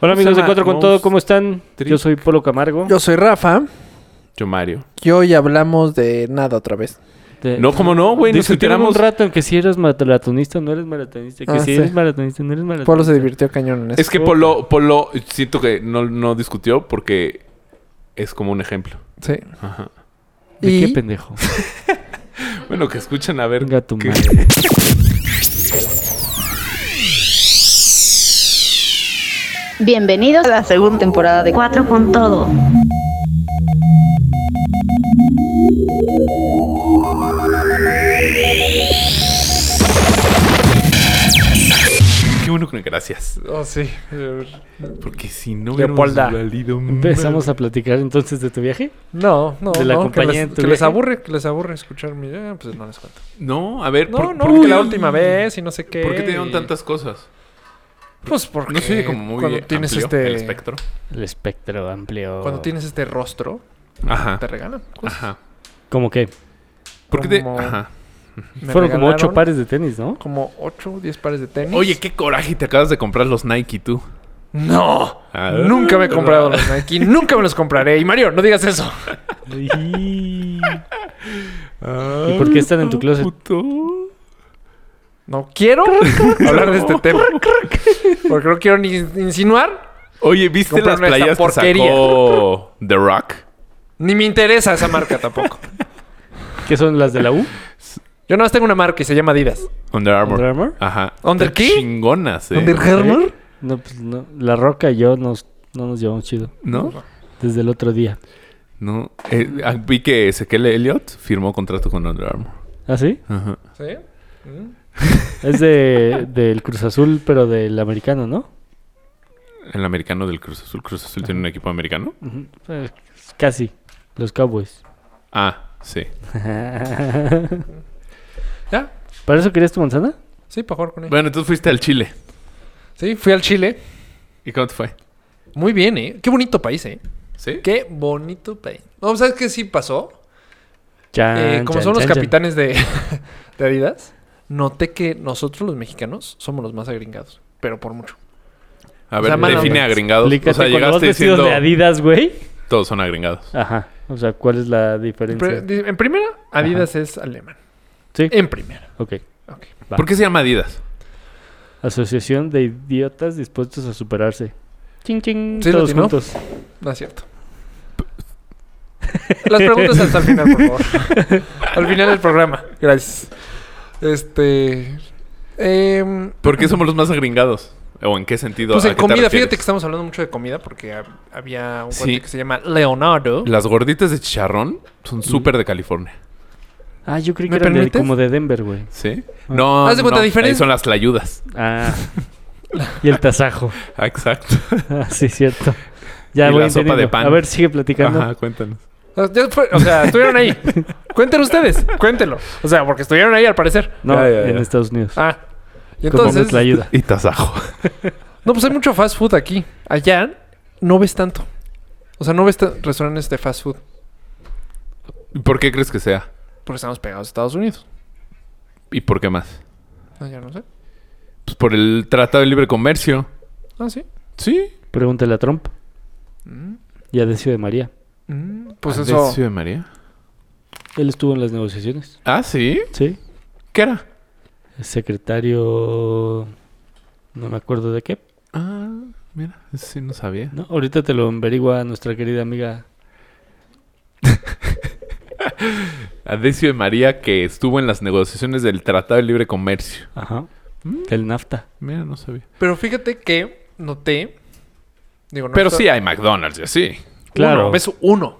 Hola amigos de llama Cuatro con Mouse Todo, ¿cómo están? Trip. Yo soy Polo Camargo. Yo soy Rafa Yo, Mario. y hoy hablamos de nada otra vez. De- No, ¿cómo no, güey? Nos Discutimos enteramos. un rato en que si eres maratonista o no eres maratonista. Que Ah, si sí. eres maratonista no eres maratonista. Pablo se divirtió cañón en eso. Es que Polo, Polo, siento que no, no discutió porque es como un ejemplo. Sí. Ajá. ¿De Y- qué pendejo? Bueno, que escuchan a ver. Venga tu qué- madre. Bienvenidos a la segunda temporada de Cuatro con Todo. Qué bueno que gracias. Oh, sí. Porque si no Leopolda. valido Empezamos a platicar entonces de tu viaje. No, no, De la no, compañía que en les, tu que les viaje. aburre, que les aburre escucharme. Eh, pues no les cuento. No, a ver. No, ¿por- no, por qué- que la última vez y no sé qué. ¿Por qué te dieron y- tantas cosas? Pues porque No sé, como muy cuando tienes amplio este el espectro. El espectro amplio. cuando tienes este rostro Ajá. te regalan. Pues, cosas. Ajá. ¿Cómo qué? ¿Por qué te...? Como- Ajá. Me Fueron como ocho regalaron pares de tenis, ¿no? Como 8, 10 pares de tenis. Oye, qué coraje te acabas de comprar los Nike tú. no. Ah, Nunca me he comprado los Nike, nunca me los compraré. Y Mario, no digas eso. ¿Y por qué están en tu closet? Ah, Puto. No quiero hablar de este tema. Porque no quiero ni insinuar, Oye, ¿viste Compré las esta playas que porquería. sacó The Rock? ni me interesa esa marca tampoco. ¿Qué son las de la U? Yo nada más tengo una marca y se llama Adidas. Under Armour. ¿Under Armour? Ajá. ¿Under Están qué? Chingonas, eh. Armour? No, pues no. La Roca y yo nos, no nos llevamos chido. ¿No? Desde el otro día. No. Eh, ah, vi que Ezequiel Elliott firmó contrato con Under Armour. ¿Ah, sí? Ajá. ¿Sí? Mm. Es de, del Cruz Azul, pero del americano, ¿no? El americano del Cruz Azul. Cruz Azul tiene un equipo americano. Ujú. Eh, Casi. Los Cowboys. Ah, sí. ¿Para ¿Ya? eso querías tu manzana? Sí, para jugar con él. Bueno, entonces fuiste al Chile. Sí, fui al Chile. ¿Y cómo te fue? Muy bien, ¿eh? Qué bonito país, ¿eh? ¿Sí? Qué bonito país. No, ¿sabes qué sí pasó? Chan, Eh, como Ah, chan, son los chan, chan. capitanes de, de Adidas, noté que nosotros los mexicanos somos los más agringados. Pero por mucho. A ver, O sea, mano, pues, define agringados. Explícate, o sea, cuando vas llegaste vestido diciendo... de Adidas, güey. Todos son agringados. Ajá. O sea, ¿cuál es la diferencia? Pero, di- em- en primera, Adidas es alemán. Sí. En primera. Ok. Ok. Va. ¿Por qué se llama Adidas? Asociación de idiotas dispuestos a superarse. Ching, ching. Sí, todos latino. juntos. No es cierto. Las preguntas hasta el final, por favor. al final del programa. Gracias. Este. em, ¿Por qué somos los más agringados? ¿O en qué sentido? pues ¿A en qué te comida, refieres? fíjate que estamos hablando mucho de comida porque hab- había un Sí. cuate que se llama Leonardo. Las gorditas de chicharrón son súper de California. Ah, yo creí que ¿Me eran de- permites? como de Denver, güey. ¿Sí? No, Haz de cuenta, no. diferente- Ahí son las tlayudas. Ah. y el tasajo. Ah, Exacto. Ah, sí, cierto. Ya Y voy la sopa de entendiendo. pan. A ver, sigue platicando. Ajá, cuéntanos. O sea, ya fue- o sea, estuvieron ahí. Cuéntenlo ustedes, cuéntenlo. O sea, porque estuvieron ahí al parecer. No, Ya, ya, en ya. Estados Unidos. Ah. Y Como entonces. la ayuda. Y tasajo. No, pues hay mucho fast food aquí. Allá no ves tanto. O sea, no ves tan- restaurantes de fast food. ¿Por qué crees que sea? Porque estamos pegados a Estados Unidos. ¿Y por qué más? Ah, ya no sé. Pues por el Tratado de Libre Comercio. Ah, sí. Sí. Pregúntale a Trump Mm, y a Decio de María. mm, Pues ¿Al eso. Decio de María? Él estuvo en las negociaciones. Ah, sí. Sí. ¿Qué era? Secretario. No me acuerdo de qué. Ah, mira, eso sí no sabía. ¿no? Ahorita te lo averigua nuestra querida amiga. Adesio de María que estuvo en las negociaciones del Tratado de Libre Comercio. Ajá. Mm. Del NAFTA. Mira, no sabía. Pero fíjate que noté. Digo, no Pero está- sí hay McDonald's, y así. Claro. Uno, ves uno.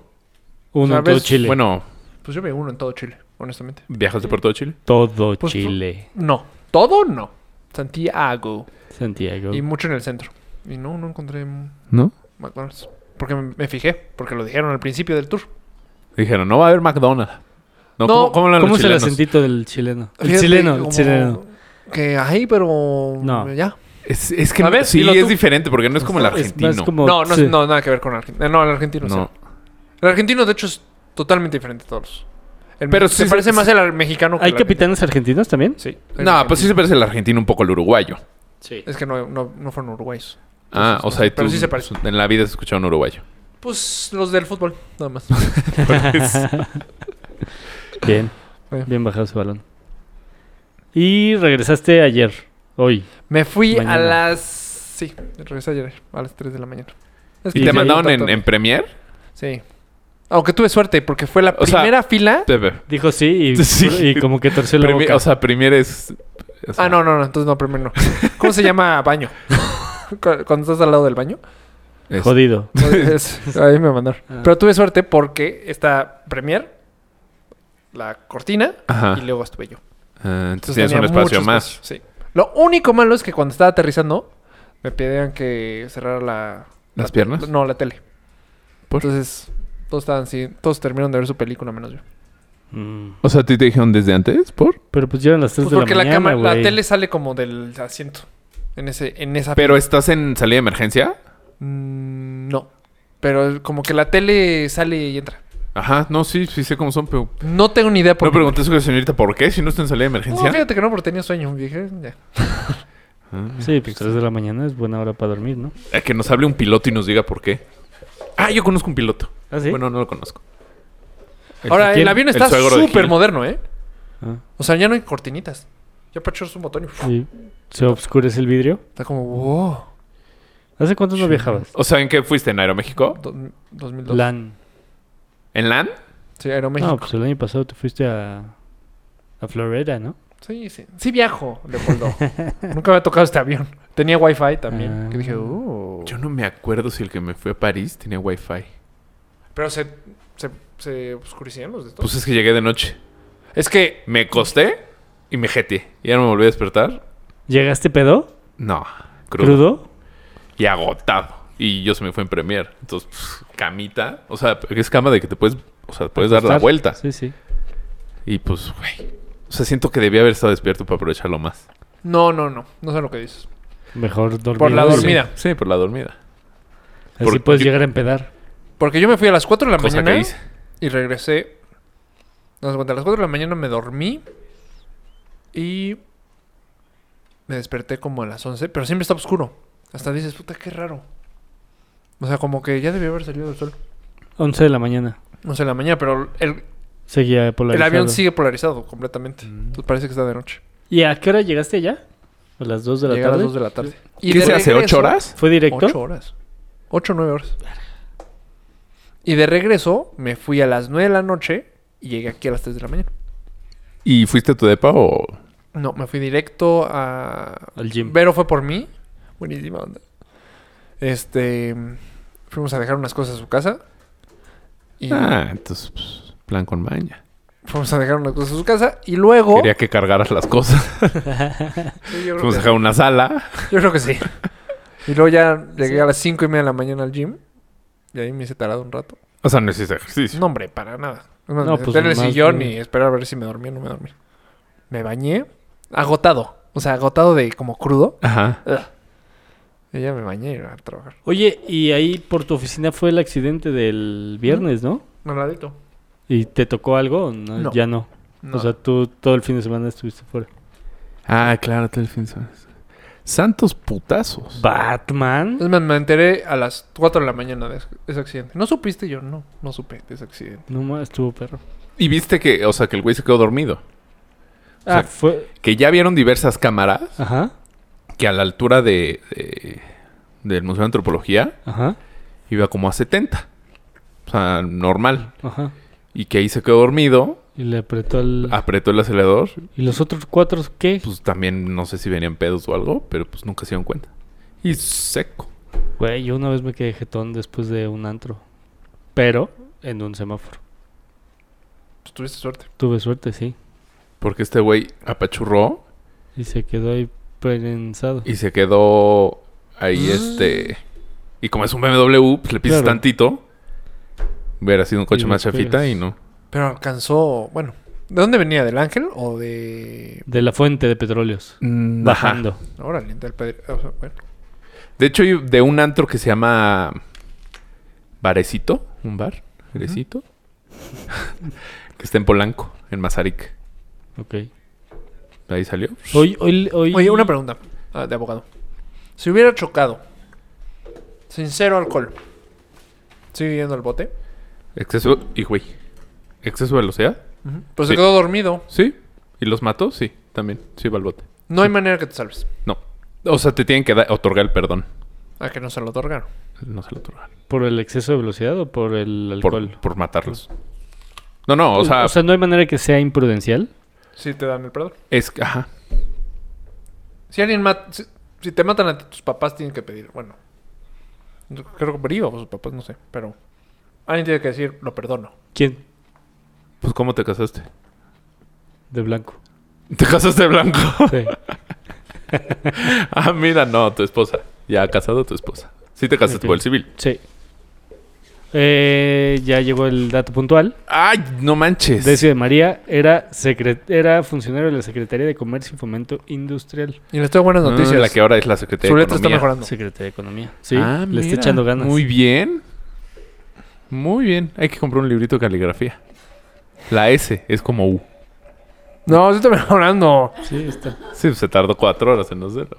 Uno en todo ¿Sabes? Chile. Bueno, Pues yo veo uno en todo Chile, honestamente. ¿viajaste por todo Chile? todo Pues tú- Chile. No. Todo no. Santiago. Santiago. Y mucho en el centro. Y no, no encontré ¿No? McDonald's. Porque me, me fijé, porque lo dijeron al principio del tour. Dijeron, no va a haber McDonald's. No, No, ¿cómo, cómo hablan ¿Cómo los es el chilenos? acentito del chileno? El Fíjate, chileno, el como chileno. Que ay, pero No. ya. Es, es que A ver, sí, dilo tú. es diferente porque no es como el argentino. Es más como- No, no, sí. es- no, nada que ver con Argentina. No, el argentino. sí. No. El argentino, de hecho, es totalmente diferente a todos. Pero El Pero se sí- parece más al mexicano que ¿Hay al argentino. capitanes argentinos también? Sí. el No, pues sí argentino. se parece el argentino un poco al uruguayo. Sí. Es que no, no, no fueron uruguayos. Ah, o sea, y tú Pero sí se parece. en la vida has escuchado un uruguayo. Pues los del fútbol, nada más. Bien, Bueno. bien bajado ese balón. Y regresaste ayer, hoy. Me fui a Mañana. las... Sí, regresé ayer a las 3 de la mañana. Es ¿Y Sí, te sí. mandaron en, Tanto- en Premier? Sí. Aunque tuve suerte porque fue la O sea, primera fila. Te ve. Dijo sí y, Sí. y como que torció la Premier- boca. o sea, Premier es... o sea, Ah, no, no, no. Entonces no, primero no. ¿Cómo se llama baño? Cu- Cuando estás al lado del baño. es- Jodido. Es- ahí me mandaron. Ah. Pero tuve suerte porque está Premier, la cortina Ajá. y luego estuve yo. Ah, entonces Entonces tienes un tenía espacio mucho más. espacio, Sí. Lo único malo es que cuando estaba aterrizando me pedían que cerrara la... ¿Las piernas? No, la tele. ¿Por? Entonces todos estaban así. Todos terminaron de ver su película menos yo. Mm. O sea, ¿a ti te dijeron desde antes? ¿Por? Pero pues ya eran las 3 Pues de la porque la, mañana, cámara, la güey. tele sale como del asiento. En ese, en esa ¿Pero estás en salida de emergencia? Mm, no. Pero como que la tele sale y entra. Ajá. No, sí, sí sé cómo son, pero... No tengo ni idea por No qué. pregunté a su señorita por qué, si no está en salida de No, emergencia. fíjate que no, porque tenía sueño. Dije, ya. Ah, mira. Sí, pues 3 de la mañana es buena hora para dormir, ¿no? A eh, que nos hable un piloto y nos diga por qué. Ah, yo conozco un piloto. ¿Ah, sí? Bueno, no lo conozco. Ahora, el ¿quién? avión El está suegro de súper Gil. moderno, ¿eh? Ah, O sea, ya no hay cortinitas. Ya pachorras un botón y ¡fuf! sí. ¿Se obscurece el vidrio? está como, wow. ¿Hace cuánto no viajabas? O sea, ¿en qué fuiste? ¿En Aeroméxico? Do- 2002. LAN. ¿En LAN? Sí, Aeroméxico. No, pues el año pasado te fuiste a... A Florida, ¿no? Sí, sí. Sí viajo, Leopoldo. Nunca me ha tocado este avión. Tenía wifi también. Ah. Que dije, uh. Yo no me acuerdo si el que me fue a París tenía wifi. Pero se, se, se oscurecían los de estos. Pues es que llegué de noche. es que Me acosté y me jeté. Y ya no me volví a despertar. ¿Llegaste pedo? No, crudo. ¿Crudo? Y agotado. Y yo se me fue en Premier. Entonces, pues, camita. O sea, es cama de que te puedes... O sea, puedes dar la Acostar. vuelta. Sí, sí. Y pues, güey. O sea, siento que debía haber estado despierto para aprovecharlo más. no, no, no. No sé lo que dices. Mejor dormir. Por la dormida. Sí, por la dormida. Así Porque puedes yo- llegar a empedar. Porque yo me fui a las 4 de la Cosa mañana que hice. y regresé. No sé cuánto, a las 4 de la mañana me dormí y me desperté como a las 11, pero siempre está oscuro. Hasta dices, puta, qué raro. O sea, como que ya debió haber salido el sol. 11 de la mañana. No sé, la mañana, pero el, Seguía el polarizado. Mm. avión sigue polarizado completamente. Entonces parece que está de noche. ¿Y a qué hora llegaste allá? ¿A las 2 de la Llegué a las tarde? 2 de la tarde. ¿Y ¿Qué de se hace? regreso- ¿Ocho horas? ¿Fue directo? 8 horas. 8 o 9 horas. Y de regreso me fui a las 9 de la noche y llegué aquí a las 3 de la mañana. ¿Y fuiste a tu depa o...? No, me fui directo a... Al gym. Vero fue por mí. Buenísima onda. Este... Fuimos a dejar unas cosas a su casa. Y Ah, entonces, pues, plan con maña. fuimos a dejar unas cosas a su casa. Y luego... Quería que cargaras las cosas. Sí, yo, creo Vamos a que, dejar una sala. yo creo que sí. Y luego ya llegué a las 5 y media de la mañana al gym. Y ahí me hice tarado un rato. O sea, no hiciste ejercicio. No, hombre, para nada. No, No, me pues, senté en el más sillón bien. y esperar a ver si me dormía o no me dormía. Me bañé. Agotado. O sea, agotado de como crudo. Ajá. Y ya me bañé y a trabajar. Oye, y ahí por tu oficina fue el accidente del viernes, ¿no? No ladito. ¿Y te tocó algo? o No, No. Ya no. O sea, tú todo el fin de semana estuviste fuera. Ah, claro, todo el fin de semana. Santos putazos. ¿Batman? Es más, me enteré a las 4 de la mañana de ese accidente. ¿No supiste? Yo no, no supe de ese accidente. No más, estuvo perro. Y viste que, o sea, que el güey se quedó dormido. O sea, Ah, fue. Que ya vieron diversas cámaras Ajá, que a la altura de, de- del Museo de Antropología ajá, iba como a 70. O sea, normal. ajá. Y que ahí se quedó dormido, Y le apretó el. Ah. apretó el acelerador. ¿Y los otros cuatro qué? Pues también no sé si venían pedos o algo, pero pues nunca se dieron cuenta. Y seco. Güey, yo una vez me quedé jetón después de un antro. Pero en un semáforo. Pues tuviste suerte. Tuve suerte, sí. Porque este güey apachurró Y se quedó ahí prensado. Y se quedó ahí, Ah. este. Y como es un BMW, pues le pisas Claro. tantito. Hubiera sido un coche le más chafita pegas. y no. Pero alcanzó, bueno, ¿de dónde venía? ¿Del ángel o de... De la fuente de petróleos. Ajá. Bajando. Órale, del Pedre... o sea, bueno. De hecho, yo- de un antro que se llama. Barecito, un bar. Barecito. que está en Polanco, en Mazarik. Ok. Ahí salió. Hoy, hoy, hoy. Oye, una pregunta ah, de abogado. Si hubiera chocado Sincero alcohol. Sigue yendo al bote. Exceso. Y güey. Exceso de velocidad. Pues Sí. se quedó dormido. Sí. ¿Y los mató? Sí, también. Sí, va al bote. No hay manera que te salves. No. O sea, te tienen que dar- otorgar el perdón. A que no se lo otorgaron. No se lo otorgaron. ¿Por el exceso de velocidad o por el alcohol? Por, por matarlos. No, no, o sea, no hay manera que sea imprudencial. Sí, te dan el perdón. es que- ajá. Si alguien mata. Si, si te matan a ti, tus papás, tienen que pedir. Bueno. yo Creo que iba a sus papás, no sé. Pero. Alguien tiene que decir, lo perdono. ¿Quién? Pues, ¿cómo te casaste? De blanco. ¿Te casaste blanco? Sí. ah, mira, no, tu esposa. Ya casado tu esposa. Sí te casaste Ok. por el civil. sí. Eh, ya llegó el dato puntual. ¡Ay, no manches! Decio de María era, secre- era funcionario de la Secretaría de Comercio y Fomento Industrial. Y les tengo buenas Ah, noticias. la que ahora es la secretaria Su de letra está Economía. mejorando. Secretaría de Economía. Sí, Ah, le está mira. echando ganas. Muy bien. Muy bien. Hay que comprar un librito de caligrafía. La S es como U. No, sí está mejorando. Sí, está. Sí, pues, se tardó cuatro horas en hacerlo.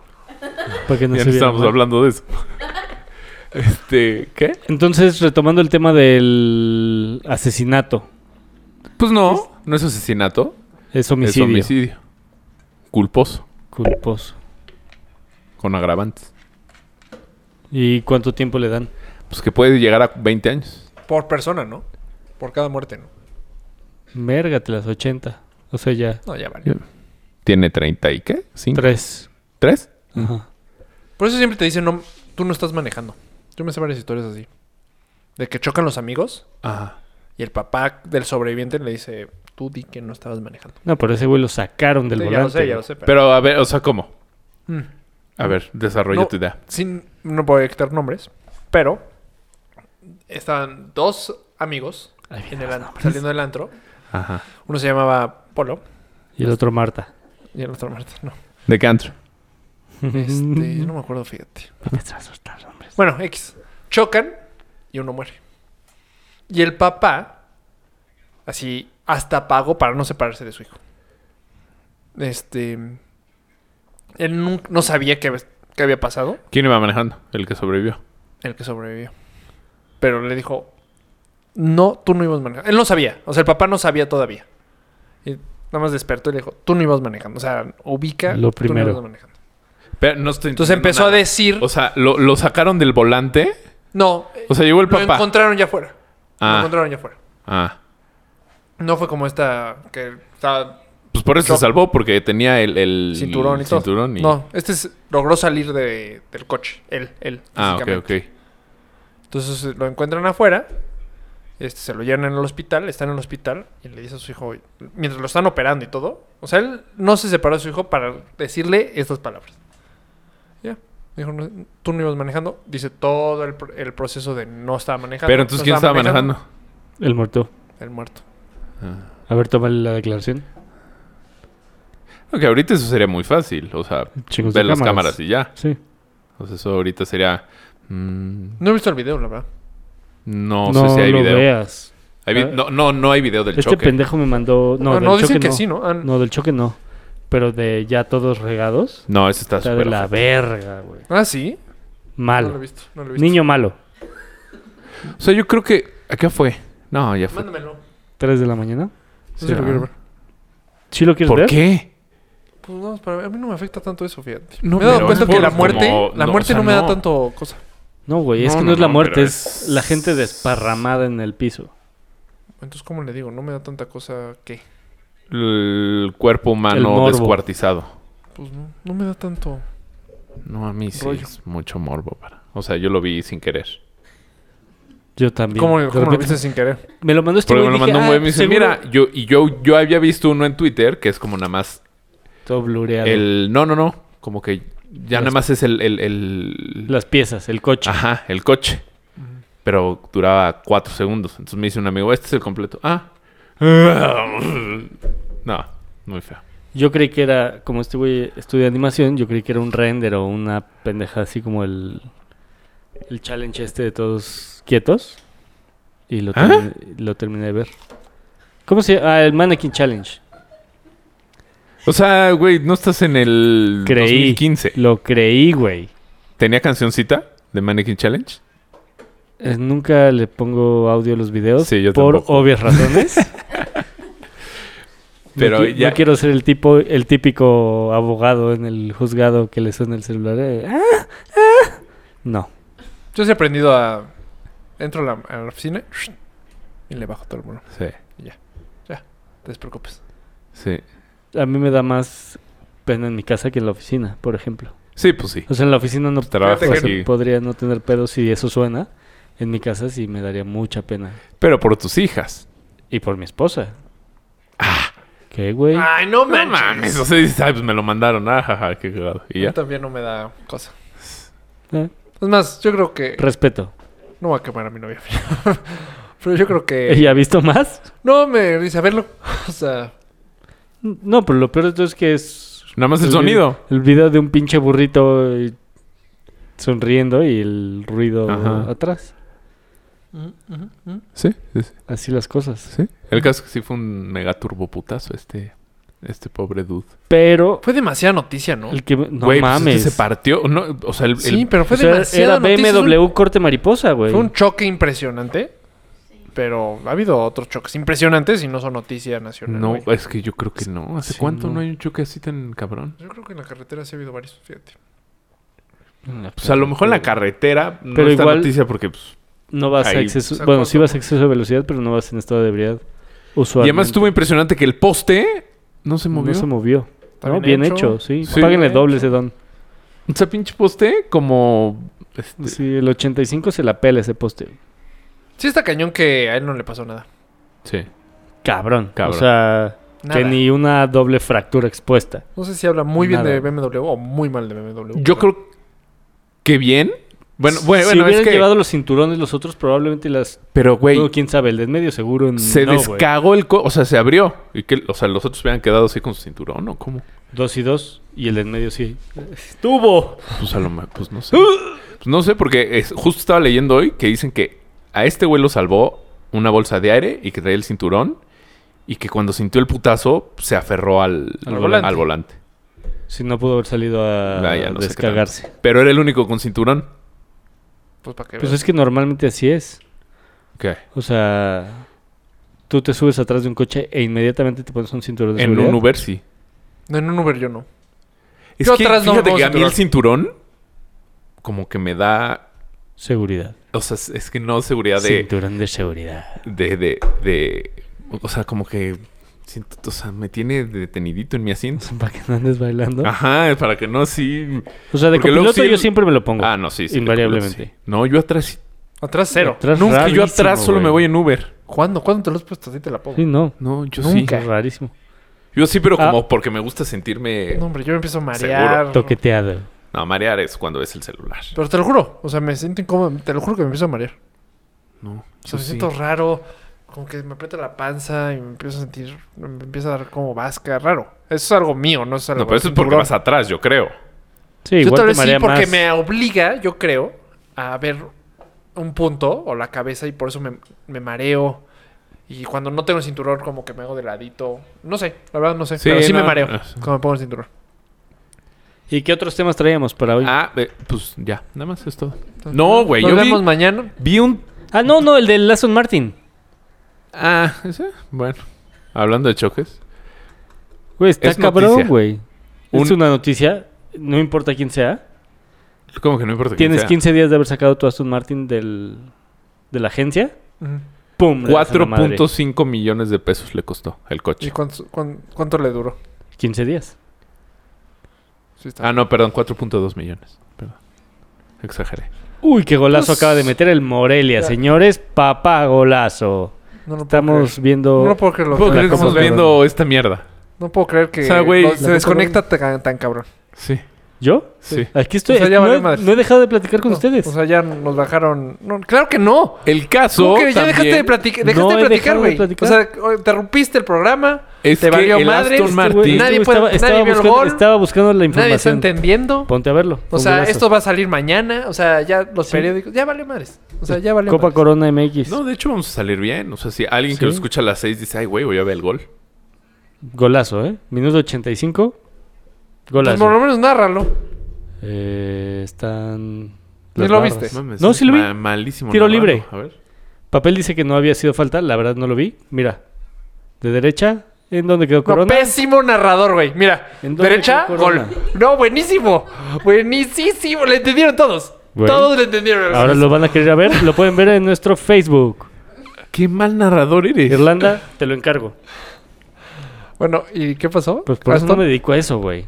Para que no ya se viera no estamos mal. hablando de eso. este, ¿qué? Entonces, retomando el tema del asesinato, Pues no, no es asesinato, es homicidio, es homicidio. Culposo, culposo. con agravantes. ¿Y cuánto tiempo le dan? Pues que puede llegar a 20 años. Por persona, ¿no? Por cada muerte, ¿no? Mérgate las 80. O sea, ya No, ya vale. Tiene 30 y qué? ¿Cinco? tres. ¿Tres? Ajá. Por eso siempre te dicen, no, tú no estás manejando. Yo me sé varias historias así. De que chocan los amigos Ajá. y el papá del sobreviviente le dice, tú di que no estabas manejando. No, pero ese güey lo sacaron del Sí, volante. ya lo sé, ya lo güey. sé. Pero... Pero a ver, o sea, ¿cómo? Mm. A ver, desarrolla No. tu idea. Sin, no voy a quitar nombres, pero estaban dos amigos Ahí en vienen el los an- nombres. saliendo del antro. Ajá. Uno se llamaba Polo Y el otro Marta. y el otro Marta. No, De Cantro. este, yo no me acuerdo, fíjate. Porque te vas a asustar, hombre. Bueno, X. Chocan y uno muere. Y el papá, así, hasta pagó para no separarse de su hijo. Este. Él nun- no sabía qué, habes- qué había pasado, ¿Quién iba manejando? El que sobrevivió. el que sobrevivió. Pero le dijo: No, tú no ibas manejando. Él no sabía, o sea, el papá no sabía todavía. Y nada más despertó y le dijo: Tú no ibas manejando. O sea, ubica. Lo "Tú no primero. ibas manejando". Pero no estoy Entonces entendiendo empezó nada. a decir: O sea, ¿lo, lo sacaron del volante? No, O sea, llegó el lo papá. encontraron ya afuera. Lo Ah, encontraron ya afuera. ah. No fue como esta que estaba Pues por eso Yo- se salvó, porque tenía el, el cinturón y todo. cinturón y- No, este es- logró salir de- del coche. Él, él. Ah, ok, físicamente. ok. Entonces eh, lo encuentran afuera. Este, se lo llevan en el hospital, están en el hospital y le dice a su hijo, mientras lo están operando y todo, o sea, él no se separó de su hijo para decirle estas palabras. Ya, dijo, "No, tú no ibas manejando, dice todo el, pro- el proceso de no estaba manejando. Pero entonces, no ¿quién estaba manejando? Ah. El muerto. El muerto. A ver, tómale la declaración. Ok, ahorita eso sería muy fácil. O sea, Chicos ver de las cámaras. cámaras y ya. Sí. O sea, eso ahorita sería. mm, No he visto el video, la verdad. no, No, sé si hay lo video. veas. Hay vi- no, no, no hay video del este choque. pendejo me mandó. No, No, del no, choque dicen que no. sí, ¿no? Ah, No, del choque no. Pero de ya todos regados. No, eso está Está de súper. la feo. verga, güey. Ah, sí. No lo he Malo. visto, no lo he visto. Niño malo. O sea, yo creo que. ¿A qué fue? No, ya fue. Mándamelo. ¿Tres de la mañana? Sí, Sí, lo ah. quiero ver. ¿Sí lo quieres ¿Por ver? qué? Pues no, para- a mí no me afecta tanto eso, fíjate. No, me he dado pero cuenta es que por la muerte, como- la no, o muerte sea, no me da no. tanto cosa. No, güey, es No, que no, no, es la no, muerte, pero es es- la gente desparramada en el piso. Entonces, ¿cómo le digo? No me da tanta cosa que. El cuerpo El humano morbo. descuartizado. Pues no, no me da tanto. No, a mí sí Rollo. es mucho morbo. para- O sea, yo lo vi sin querer. Yo también. ¿Cómo, De cómo lo repente, viste sin querer? Me lo mandó este Porque güey. me lo dije, mandó un güey y me "Ah, dice, seguro mira, yo, y yo, yo había visto uno en Twitter que es como nada más Todo blureado. el... No, no, no. Como que ya Las- nada más es el... el, el- Las piezas, el coche. Ajá, el coche. Pero duraba cuatro segundos. Entonces me dice un amigo, este es el completo. Ah. No, muy feo. Yo creí que era, como este güey estudia animación, yo creí que era un render o una pendeja así como el, el challenge este de todos quietos. Y lo, ¿Ah? terminé, lo terminé de ver. ¿Cómo se llama? Ah, el Mannequin Challenge. O sea, güey, no estás en el Creí. 2015. Lo creí, güey. ¿Tenía cancioncita de Mannequin Challenge? eh, nunca le pongo audio a los videos Sí, yo por tampoco. obvias razones. Pero no, qui- ya- no quiero ser el tipo, el típico abogado en el juzgado que le suena el celular. eh, "Ah, ah". No. Yo sí he aprendido a. Entro a la, a la oficina y le bajo todo el mundo. Sí, Te despreocupes. sí. A mí me da más pena en mi casa que en la oficina, por ejemplo. Sí, pues sí. O sea, en la oficina no Trabajas pues, aquí. podría no tener pedos si eso suena. En mi casa sí me daría mucha pena. Pero por tus hijas. Y por mi esposa. Ah. ¿Qué, güey? Ay, no No mames. O sea, dices, ay, pues me lo mandaron. Ah, jaja, qué cagado. Y A mí ya. también no me da cosa. Eh, Es más, yo creo que. Respeto. No voy a quemar a mi novia. pero yo creo que. ¿Ella ha visto más? No me dice, a verlo. O sea, No, pero lo peor de todo es que es... Nada más Pues el vi- sonido. El video de un pinche burrito eh, sonriendo y el ruido Ajá. atrás. Mm, Sí, sí, sí, Así las cosas. sí. El caso es que sí fue un mega turboputazo este, este pobre dude. Pero fue demasiada noticia, ¿no? el que... No Güey, pues es que mames. se partió. No, o sea, el, Sí, el- pero fue O sea, demasiada era noticia. Es un- BMW corte mariposa, güey. Fue un choque impresionante. Pero ha habido otros choques impresionantes y no son noticia nacional. No, güey. es que yo creo que no. ¿Hace Sí, cuánto no. no. hay un choque así tan cabrón? Yo creo que en la carretera sí ha habido varios, fíjate. Pues a lo mejor en la carretera no Pero está igual- noticia porque... Pues, No vas a Ahí. exceso... O sea, bueno, sí ¿cuánto? vas a exceso de velocidad, pero no vas en estado de ebriedad. y Usualmente. además estuvo impresionante que el poste no se movió. No se movió. Está ¿No? Bien, hecho. sí. Sí. Páguenle Bien doble hecho. ese don. O sea, pinche poste como... este, Sí, el 85 se la pela ese poste. Sí está cañón que a él no le pasó nada. sí. Cabrón. Cabrón. O sea, Nada. que ni una doble fractura expuesta. No sé si habla muy bien Nada. de BMW o muy mal de BMW. Yo creo que bien. Bueno, Si- bueno, si bueno, es hubieran que... llevado los cinturones los otros probablemente las... Pero, güey, Luego, quién sabe, el del medio seguro en... se no, güey. descagó el... co- o sea, se abrió. Y que, o sea, los otros hubieran quedado así con su cinturón o cómo. Dos y dos. Y el del medio sí. ¡Estuvo! Pues a lo mejor, pues no sé. Pues no sé, porque es- justo estaba leyendo hoy que dicen que a este güey lo salvó una bolsa de aire y que traía el cinturón. Y que cuando sintió el putazo, se aferró al, Al volante. al volante. Si no pudo haber salido a Ah, ya no sé qué tal. descargarse. Pero era el único con cinturón. Pues para que Pues veas. es que normalmente así es. ¿Qué? O sea, tú te subes atrás de un coche e inmediatamente te pones un cinturón de En seguridad. un Uber sí. No, en un Uber yo no. Es Yo que atrás no me fíjate pongo que a mí el cinturón como que me da... Seguridad. O sea, es- es que no seguridad de... Cinturón de seguridad. de, de, de- o sea, como que siento, o sea, me tiene detenidito en mi O asiento. sea, para que no andes bailando. Ajá, para que no sí. O sea, de Ah, Porque luego copiloto sí- yo siempre me lo pongo. Ah, no, sí, sí. Invariablemente. sí. No, yo atrás sí. Atrás cero. Atrás Nunca yo rarísimo, atrás solo güey. me voy en Uber. ¿Cuándo? ¿Cuándo te lo has puesto? Así te la pongo. Sí, no. No, yo Nunca. Es rarísimo. sí. Yo sí, pero Ah. como porque me gusta sentirme No, hombre, yo me empiezo a marear. Toqueteado. no marear es cuando ves el celular. Pero te lo juro. O sea, me siento incómodo. Te lo juro que me empiezo a marear. No. O yo sea, Pues me sí. siento raro. Como que me aprieta la panza y me empiezo a sentir... Me empieza a dar como vasca. Raro. Eso es algo mío, no es algo... No, pero eso es del porque cinturón. vas atrás, yo creo. Sí, Yo igual tal te vez sí, marea porque más. me obliga, yo creo, a ver un punto o la cabeza y por eso me, me mareo. Y cuando no tengo el cinturón, como que me hago de ladito. No sé, la verdad no sé. Sí, pero sí no, me mareo no, sí. cuando me pongo el cinturón. ¿Y qué otros temas traíamos para hoy? Ah, Ah, eh, pues ya, nada más es todo. No, güey, Nos yo vi, vemos mañana. vi un Ah, no, no, el del Aston Martin. ah, ese, bueno, hablando de choques. Güey, está Es cabrón, noticia. güey. Es Un- una noticia, no importa quién sea. Como que no importa quién Tienes sea. 15 días de haber sacado tu Aston Martin del, de la agencia. Ujú. ¡Pum! le das a la madre. 4.5 millones de pesos le costó el ¿Y coche. cuánto, cuán- cuánto le duró? 15 días. Sí, está. Ah, no, perdón, 4.2 millones. Perdón. Exageré. Uy, qué golazo Pues- acaba de meter el Morelia, Ya. señores. Papá golazo. No lo puedo Estamos creer. viendo... No lo puedo creer. lo- No puedo la creer que compro, estamos cabrón. viendo esta mierda. No puedo creer que O sea, güey, lo- la se compro, desconecta tan, tan cabrón. Sí, ¿Yo? sí. Aquí estoy. O sea, ya no, valió he- madre. no he dejado de platicar con No, ustedes. O sea, ya nos bajaron. No, claro que no. El caso ¿Cómo que ya dejaste también de, platic- dejaste No de he platicar, dejado de güey? O platicar. sea, interrumpiste el programa. es te que valió el madre, Aston este Este Martin... güey, Nadie este puede- güey estaba, nadie vio el buscando, gol. estaba buscando la Nadie está información. entendiendo. Ponte a verlo. O Fue sea, golazo. esto va a salir mañana. O sea, ya los Sí. periódicos. Ya valió madres. O sea, ya valió Copa madres. Corona MX. No, de hecho vamos a salir bien. O sea, si alguien Sí. que lo escucha a las 6 dice, ay, güey, voy a ver el gol. Golazo, ¿eh? Minuto 85. Pues por lo Golazo. menos nárralo. Eh, están Ni Las lo barras. viste. Mames, No, es sí lo vi. ma- malísimo. Tiro narrarlo. libre. A ver. Papel dice que no había sido falta, la verdad no lo vi. Mira, de derecha, ¿en dónde quedó No, Corona? pésimo narrador, güey. Mira, ¿En dónde derecha, quedó Corona? gol. No, buenísimo. Buenísimo. Le entendieron todos. Bueno. Todos le entendieron. Ahora lo van a querer a ver, lo pueden ver en nuestro Facebook. Qué mal narrador eres. Irlanda, te lo encargo. Bueno, ¿y qué pasó? Pues por eso no Aston? me dedico a eso, güey.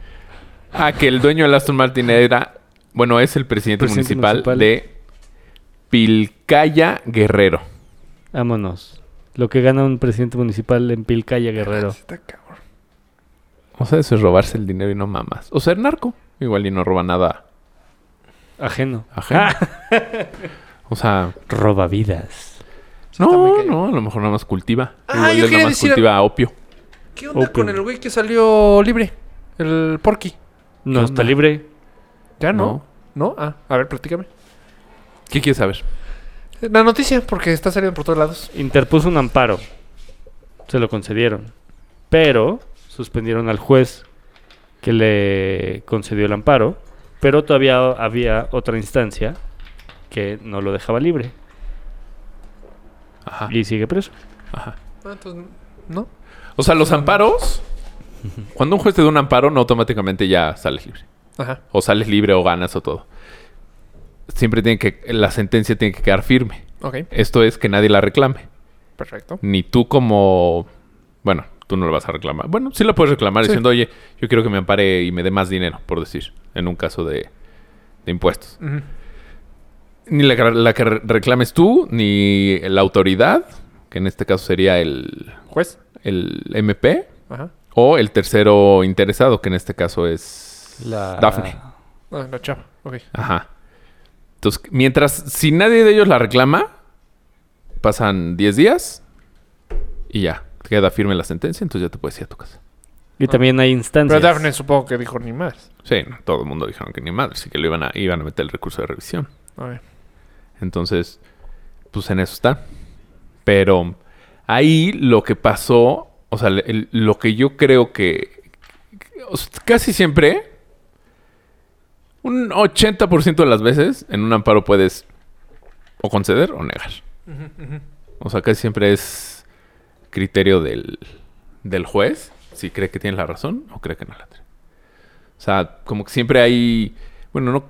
Ah, que el dueño del Aston Martin era. Bueno, es el presidente, Presidente municipal, municipal. de Pilcaya Guerrero. Vámonos. Lo que gana un presidente municipal en Pilcaya, Guerrero. Está cabrón. O sea, eso es robarse el dinero y no mamas. O ser narco. Igual y no roba nada Ajeno. ajeno. O sea, Roba vidas. está muy no, cañón. no, a lo mejor nada más cultiva. Ah, Igual yo él nada quería más decir- cultiva opio. ¿Qué onda Open. con el güey que salió libre? El Porky. No ¿Qué está onda? libre. Ya no. ¿No? Ah, a ver, platícame. ¿Qué quieres saber? Eh, La noticia, porque está saliendo por todos lados. Interpuso un amparo. Se lo concedieron. Pero suspendieron al juez que le concedió el amparo. Pero todavía había otra instancia que no lo dejaba libre. Ajá, Y sigue preso. ajá. Ah, entonces, ¿no? O sea, los amparos. Cuando un juez te da un amparo, no automáticamente ya sales libre. Ajá. O sales libre o ganas o todo. Siempre tiene que. La sentencia tiene que quedar firme. Ok, Esto es que nadie la reclame. perfecto. Ni tú como... Bueno, tú no la vas a reclamar. Bueno, sí la puedes reclamar Sí. diciendo, oye, yo quiero que me ampare y me dé más dinero, por decir, en un caso de, de impuestos. Ujú. Ni la, que- la que re- reclames tú, ni la autoridad, que en este caso sería el, Juez. el MP, Ajá. o el tercero interesado, que en este caso es Daphne. Ah, la chava. Ok. Ajá. Entonces, mientras, si nadie de ellos la reclama, pasan 10 días y ya. Queda firme la sentencia, entonces ya te puedes ir a tu casa. Y también hay instancias. Pero Daphne supongo que dijo ni más. Sí, no, todo el mundo dijeron que ni madre, así que lo iban a, iban a meter el recurso de revisión. A ver. Entonces, pues en eso está. Pero ahí lo que pasó, o sea, el- lo que yo creo que o sea, casi siempre, un 80% de las veces en un amparo puedes o conceder o negar. O sea, casi siempre es criterio del, del juez si cree que tiene la razón o cree que no la tiene. O sea, como que siempre hay, bueno, no,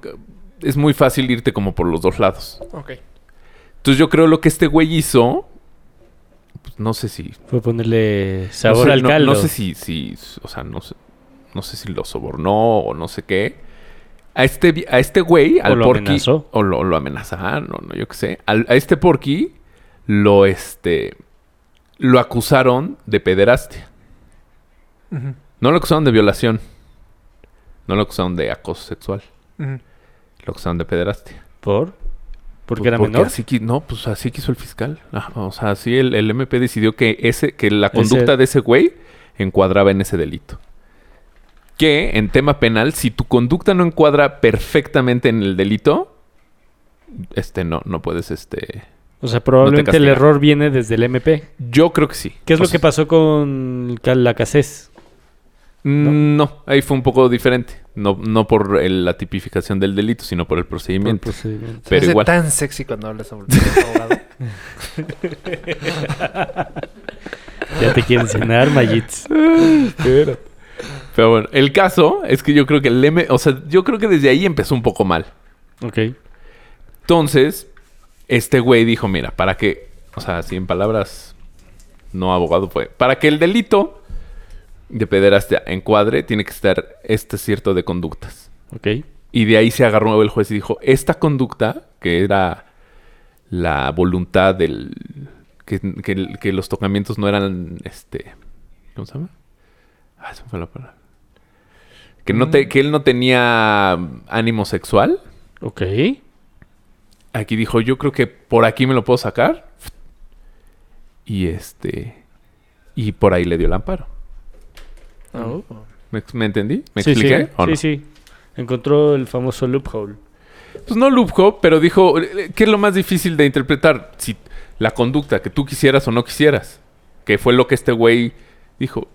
es muy fácil irte como por los dos lados. Ok. Entonces yo creo lo que este güey hizo, pues, no sé si... Fue ponerle sabor no sé, al no- caldo. No, sé si, si, o sea, no sé, no sé si lo sobornó o no sé qué. A este, vi- a este güey, al lo porqui... amenazó. O lo, lo amenazaron, o no, yo qué sé. Al- a este porqui lo, este, lo acusaron de pederastia. Ujú. No lo acusaron de violación. No lo acusaron de acoso sexual. Ujú. Lo acusaron de pederastia. ¿Por? ¿Porque Pues era menor? Así qui- no, pues así quiso el fiscal. Ah, o sea, así el, el MP decidió que, ese, que la Ese- conducta de ese güey encuadraba en ese delito. Que en tema penal, si tu conducta no encuadra perfectamente en el delito, este no, no puedes, este. O sea, probablemente el castiga. error viene desde el MP. Yo creo que Pues sí. ¿Qué es O lo sea, que pasó con ca- la CACES? mm, No. ahí fue un poco diferente. No, no por el- la tipificación del delito, sino por el procedimiento. procedimiento. Pero Se hace igual. tan sexy cuando hablas sobre el abogado. Ya te quieren cenar, Mayitz. Pero bueno, el caso es que yo creo que el M, o sea, yo creo que desde ahí empezó un poco mal. ok. Entonces, este güey dijo, mira, para que, o sea, así en palabras, no abogado fue, para que el delito de pederastia encuadre, tiene que estar este cierto de conductas. Ok. Y de ahí se agarró el juez y dijo, esta conducta, que era la voluntad del... que, que- que los tocamientos no eran, este... ¿Cómo se llama? Ah, se me fue la palabra. Que, no te, que él no tenía ánimo sexual. Ok. Aquí dijo, yo creo que por aquí me lo puedo sacar. Y este... Y por ahí le dio el amparo. Ah, oh. ¿Me, me entendí? ¿Me Mm. Sí, expliqué? Sí, ¿O no? sí, sí. Encontró el famoso loophole. Pues no loophole, pero dijo, ¿qué es lo más difícil de interpretar? Si la conducta que tú quisieras o no quisieras. Que fue lo que este güey dijo,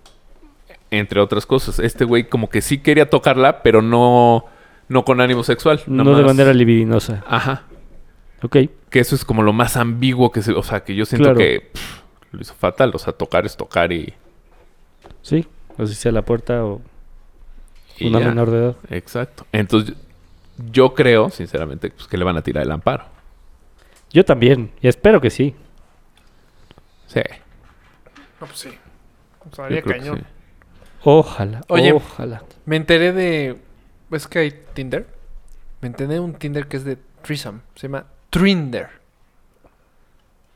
entre otras cosas. Este güey como que sí quería tocarla, pero no, No con ánimo sexual. No nada de más- manera libidinosa. Ajá. Ok. Que eso es como lo más ambiguo que se... O sea, que yo siento Claro. que pff, lo hizo fatal. O sea, tocar es tocar y... Sí. O si sea la puerta o y una ya. menor de edad. Exacto. Entonces, yo creo, sinceramente, pues, que le van a tirar el amparo. Yo también. Y espero que sí. Sí. No, pues sí. yo Estaría creo que cañón. sí. Ojalá. Oye. Ojalá. Me enteré de. ¿Ves que hay Tinder? Me enteré de un Tinder que es de Threesome. Se llama Trinder.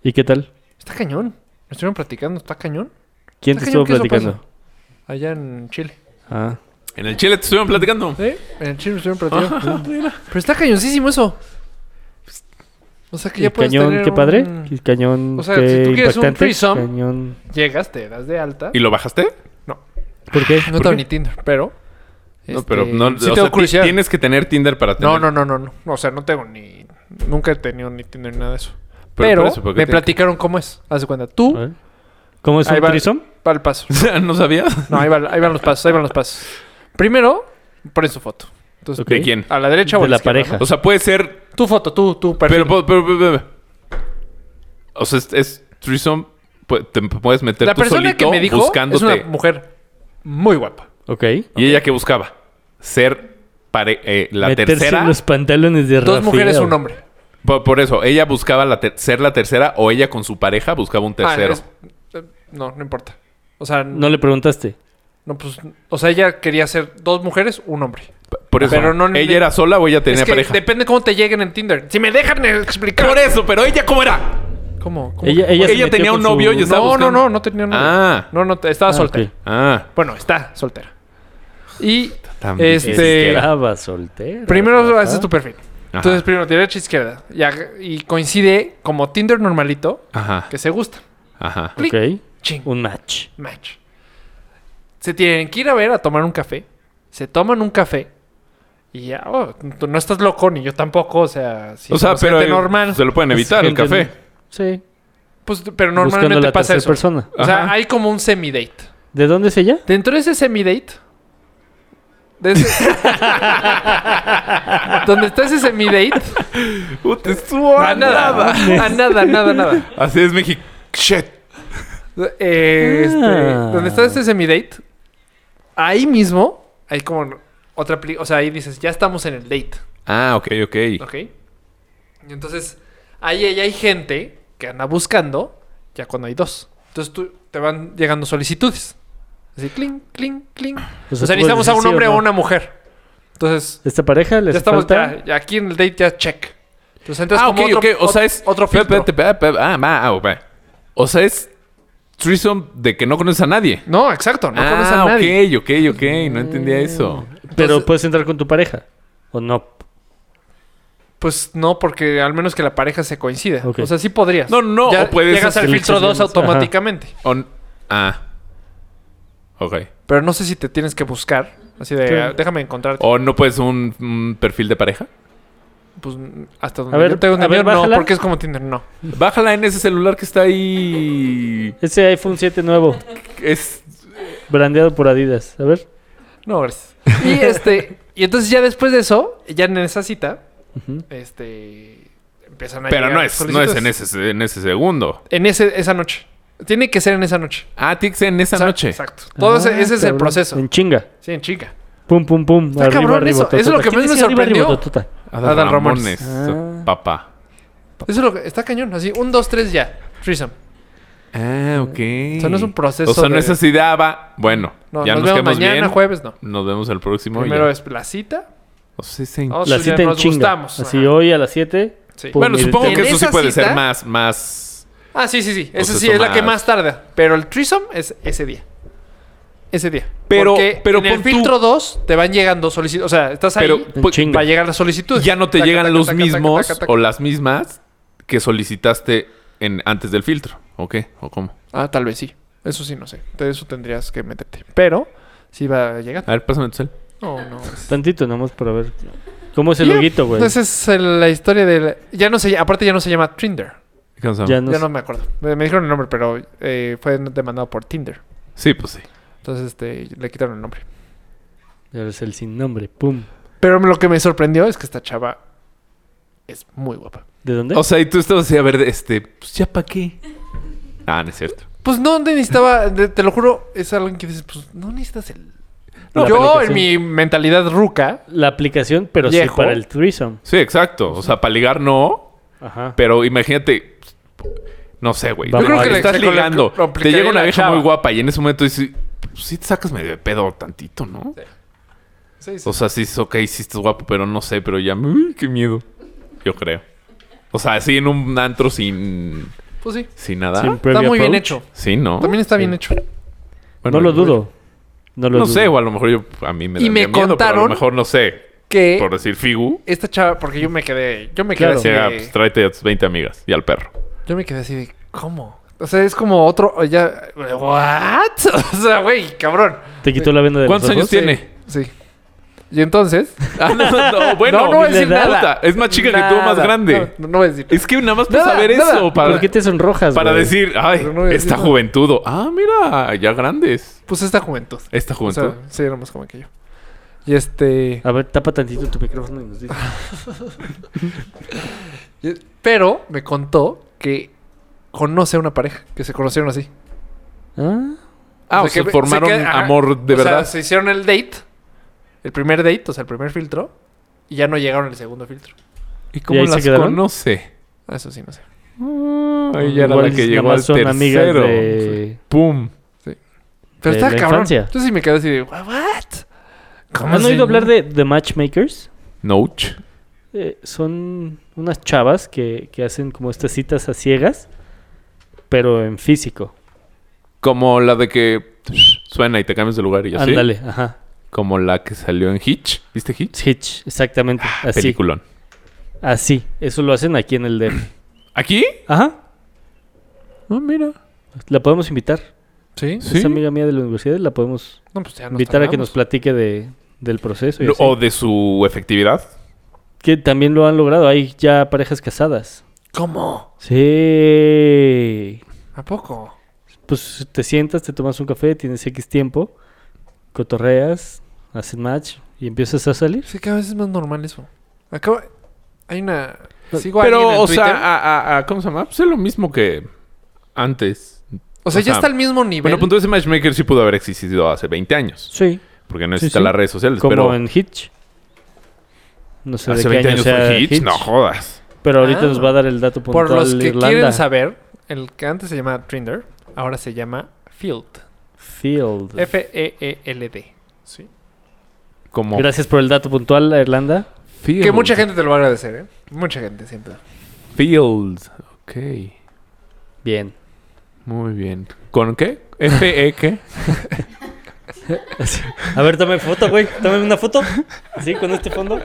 ¿Y qué tal? Está cañón. Me estuvieron platicando, está cañón. ¿Quién Está te estuvo cañón que eso platicando? Allá en Chile. Ah. En el Chile te estuvieron platicando. ¿Sí? En Chile me estuvieron Ah, platicando. Pero está cañoncísimo eso. O sea que ¿Y ya puedes cañón, tener qué padre. un- ¿Y Cañón, O sea, qué si tú quieres un impactante? threesome- Cañón. Llegas, te das de alta. ¿Y lo bajaste? ¿Por qué? Ah, No tengo ni Tinder, pero. No, este, pero no, sí o tengo sea, ti- curiosidad. tienes que tener Tinder para tener. No, no, no, no, no. O sea, no tengo ni. Nunca he tenido ni Tinder ni nada de eso. Pero, por eso, ¿por qué me te- platicaron cómo es. Haz de cuenta. Tú, A ver. ¿Cómo es Ahí un va. threesome? va al paso. O sea, ¿no sabías? No, ahí, va- ahí van los pasos, ahí van los pasos. Primero, pones tu foto. Entonces, Ok. ¿De quién? a la derecha o a De la izquierda, pareja. O sea, puede ser. ¿no? Tu foto, tú, tu perfil. Pero, pues, pero, pero, pero- O sea, es, es threesome. pu- Te puedes meter la tú persona solito que me dijo es buscándote. una mujer muy guapa. Ok. ¿Y ella que buscaba? Ser pare- eh, la Meterse tercera. en los pantalones de Dos Rafael. mujeres, un hombre. Por, por eso, ella buscaba la ter- ser la tercera o ella con su pareja buscaba un Ah, tercero. es- eh, no, no importa. O sea, no, No le preguntaste. pues, o sea, ella quería ser dos mujeres, un hombre. P- Por eso, Pero no- ella era sola o ella tenía es que pareja. depende cómo te lleguen en Tinder. Si me dejan explicar. Por eso, pero ella cómo era? ¿Cómo? ¿Cómo? e- Ella, ¿Cómo? ella, se Ella metió tenía con un novio y su- estaba No, no, buscando. no, no tenía nada. Ah. No, no, estaba Ah, soltera. ok. Ah, Bueno, está soltera. Y También este Estaba soltera. primero Rafa. haces tu perfil. Ajá. Entonces, primero derecha, izquierda. Y, ag- y coincide como Tinder normalito ajá, que se gusta. ajá. Clic, Ok. ching, Un match. match. Se tienen que ir a ver a tomar un café. Se toman un café. Y ya, oh, tú no estás loco ni yo tampoco, o sea, si o sea, somos pero pues, gente eh, normal. se lo pueden evitar el Gente- café. Sí. Pues, pero Buscando normalmente la pasa tercera eso. persona. O sea, Ajá. hay como un semi-date. ¿De dónde es ella? Dentro de ese semidate. de ese- donde está ese semidate. Puta, estuvo A nada. A nada, nada, nada. Así es México. Shit. Eh, este, Ah. donde está ese semidate. Ahí mismo hay como otra. pli- O sea, ahí dices, ya estamos en el date. Ah, ok, ok. ¿Ok? Y entonces, ahí, ahí hay gente que anda buscando. Ya cuando hay dos. Entonces tú, te van llegando solicitudes. Así, clink, clink, clink. O sea, tú puedes necesitamos a Pues decir un sí o hombre o, no. una mujer. Entonces, ¿Esta pareja? ¿Les ya estamos falta? ya, ya aquí en el date ya check. Entonces entras ah, ok, como otro, ok. O sea, es. otro Espera, filtro. espérate, espera, espera. Ah, va, ah, ok. O sea, es threesome de que no conoces a nadie. No, exacto, no ah, conoces a nadie. ok, ok, ok. No entendía eso. Pero Entonces- puedes entrar con tu pareja. ¿O no? Pues no, porque al menos que la pareja se coincida. Ok. O sea, sí podrías. No, no, Ya o puedes llegas al hacer filtro elecciones. 2 Ajá. automáticamente. On- Ah. Ok. Pero no sé si te tienes que buscar. Así de, Sí. ah, déjame encontrarte. ¿O no puedes un, un perfil de pareja? Pues hasta donde A ver, yo tengo a ver, entendido, no, bájala. porque es como Tinder, no. Bájala en ese celular que está ahí. Ese iPhone 7 nuevo. Es. Brandeado por Adidas. A ver. No, gracias. Y este, y entonces ya después de eso, ya en esa cita, Ujú. este empiezan a Pero llegar no es, no es solicitudes. en ese, en ese segundo. En ese, esa noche. Tiene que ser en esa noche. Ah, tiene que ser en esa Esa noche. Exacto. Todo ese, Ah, ese es el cabrón. proceso. En chinga. Sí, en chica. Pum, pum, pum. Está cabrón eso. Eso es lo totota. tota. que ¿Quién más decía arriba, tota? me sorprendió? arriba, totota? Adal Adal Ramones. Ramones, Ah. papá. Eso es lo que, está cañón. Así, un, dos, tres, ya. Threesome. Ah, ok. O sea, no es un proceso O sea, no de- es así de, ah, va. Bueno, No, ya nos nos, vemos quedamos mañana, bien. jueves, no. Nos vemos el próximo. y Primero ya. es la cita. O sea, se in- Oh, La sí, cita ya en nos chinga. gustamos. Así Ajá. hoy a las 7. Sí. Pum, Bueno, y- supongo en que eso sí esa puede ser cita- más, más. Ah, sí, sí, sí. O Esa sea, sí es la tomas- que más tarda. Pero el threesome es ese día. Ese día. Pero- Porque pero en el pon tú- filtro 2 te van llegando solicitudes. O sea, estás ahí. Pero En pues, chinga. va a llegar la solicitud. ya no te Taca, llegan taca, los taca, taca, mismos taca, o taca. las mismas que solicitaste en, antes del filtro. ¿O qué? ¿O cómo? Ah, tal vez sí. Eso sí, no sé. De eso tendrías que meterte. Pero sí va a llegar. A ver, pásame tu cel. No, no. es- Tantito nomás para ver. ¿Cómo es el Ya, loguito, güey? Esa es el- la historia del. Ya no se. Aparte, ya no se llama Tinder. ¿Qué nos llama? Ya no ya sé. no me acuerdo. Me, me dijeron el nombre, pero eh, fue demandado por Tinder. Sí, pues sí. Entonces, este, le quitaron el nombre. Ya Es el sin nombre. Pum. Pero lo que me sorprendió es que esta chava es muy guapa. ¿De dónde? O sea, y tú estabas así, a ver, este, pues ya para qué. Ah, no es cierto. Pues no necesitaba, de- te lo juro, es alguien que dices, pues no necesitas el... La Yo en aplicación. mi mentalidad ruca, La aplicación, pero Viejo. sí para el threesome. Sí, exacto. O sea, para ligar no, Ajá. pero imagínate. No sé, güey. Yo creo que te le- estás con la- ligando. lo Te aplicaría llega una la vieja chava. muy guapa y en ese momento dices, pues, sí te sacas medio de pedo tantito, ¿no? Sí, sí. O sea, sí, es ok, sí estás guapo, pero no sé, pero ya, uy, qué miedo. Yo creo. O sea, así en un antro sin, pues sí. sin nada. Sin Sí, previo Está muy bien approach. hecho. ¿no? También está bien hecho. Bueno, no lo yo- dudo. No lo No dudo. sé, o a lo mejor yo, a mí me Y daría me miedo, pero a lo contaron mejor no sé. Que Por decir figu, esta chava, porque yo me quedé, yo me quedé Claro. así que de- ah, pues, tráete a tus 20 amigas y al perro. yo me quedé así de, ¿cómo? O sea, es como otro, ya, ¿what? O sea, güey, cabrón. Te quitó la venda de ¿Cuántos los años ojos. tiene? Sí. Y entonces, Ah, no, no, bueno. no, no voy a ni de decir edad. nada. Es más chica que tú, más Nada. grande. No, no voy a decir. Es que nada más para Nada, saber nada. eso, para, ¿Por qué te sonrojas, para güey? decir, ay, Pero no voy a decir esta nada. juventud. o, Ah, mira, ya grandes. Pues esta juventud. Esta O juventud. sea, sí, era más joven que yo. Y este. A ver, tapa tantito tu micrófono y nos dices. y- Pero me contó que conoce a una pareja, que se conocieron así. ¿Ah? ah, o, sea, que- formaron que- ajá. amor de O sea, verdad. se hicieron el date, el primer date, o sea, el primer filtro, y ya no llegaron al segundo filtro. ¿Y cómo ahí se las quedaron? conoce? Eso sí, no sé. Ah, ella era Igual la que nada llegó más al son tercero. amigas de- Pum. Pero De está la cabrón. infancia. Yo sí me quedé así de, ¿what? ¿Han se- oído hablar de The Matchmakers? Nouch. Eh, son unas chavas que, que hacen como estas citas a ciegas, pero en físico. Como la de que suena y te cambias de lugar y así. Ándale, ajá. Como la que salió en Hitch. ¿Viste Hitch? Hitch, exactamente. Ah, así. Peliculón. Así. Eso lo hacen aquí en el E DF. ¿Aquí? Ajá. Ah, mira. La podemos invitar. Sí. Sí. Es amiga mía de la universidad, la podemos No, pues ya no invitar a que nos platique de, del proceso. y No, así. O de su efectividad. Que también lo han logrado. Hay ya parejas casadas. ¿Cómo? Sí. ¿A poco? Pues te sientas, te tomas un café, tienes X tiempo, cotorreas, haces match y empiezas a salir. Sí, cada vez es más normal eso. Acabo... Hay una... Pues, Sigo a alguien en Pero, o Twitter. sea, ah, a- a- a- ¿cómo se llama? Pues es lo mismo que antes. O o sea, ya sea, está al mismo nivel. pues Bueno, punto ese matchmaker sí pudo haber existido hace 20 años. Sí. Porque no necesita sí. las redes sociales. Como pero en Hitch. No sé hace de qué 20 año años sea fue Hitch. No jodas. Pero ahorita Ah. nos va a dar el dato puntual Por los que Irlanda. quieren saber, el que antes se llamaba Trinder, ahora se llama Field. E Field. F-E-E-L-D. Sí. Como Gracias por el dato puntual, Irlanda. Field. Que mucha gente te lo va a agradecer, ¿eh? Mucha gente siempre. Field. Ok. Bien. Muy bien. ¿Con qué? ¿F-E qué? A ver, tome foto, güey. Tome una foto. Sí, con este fondo.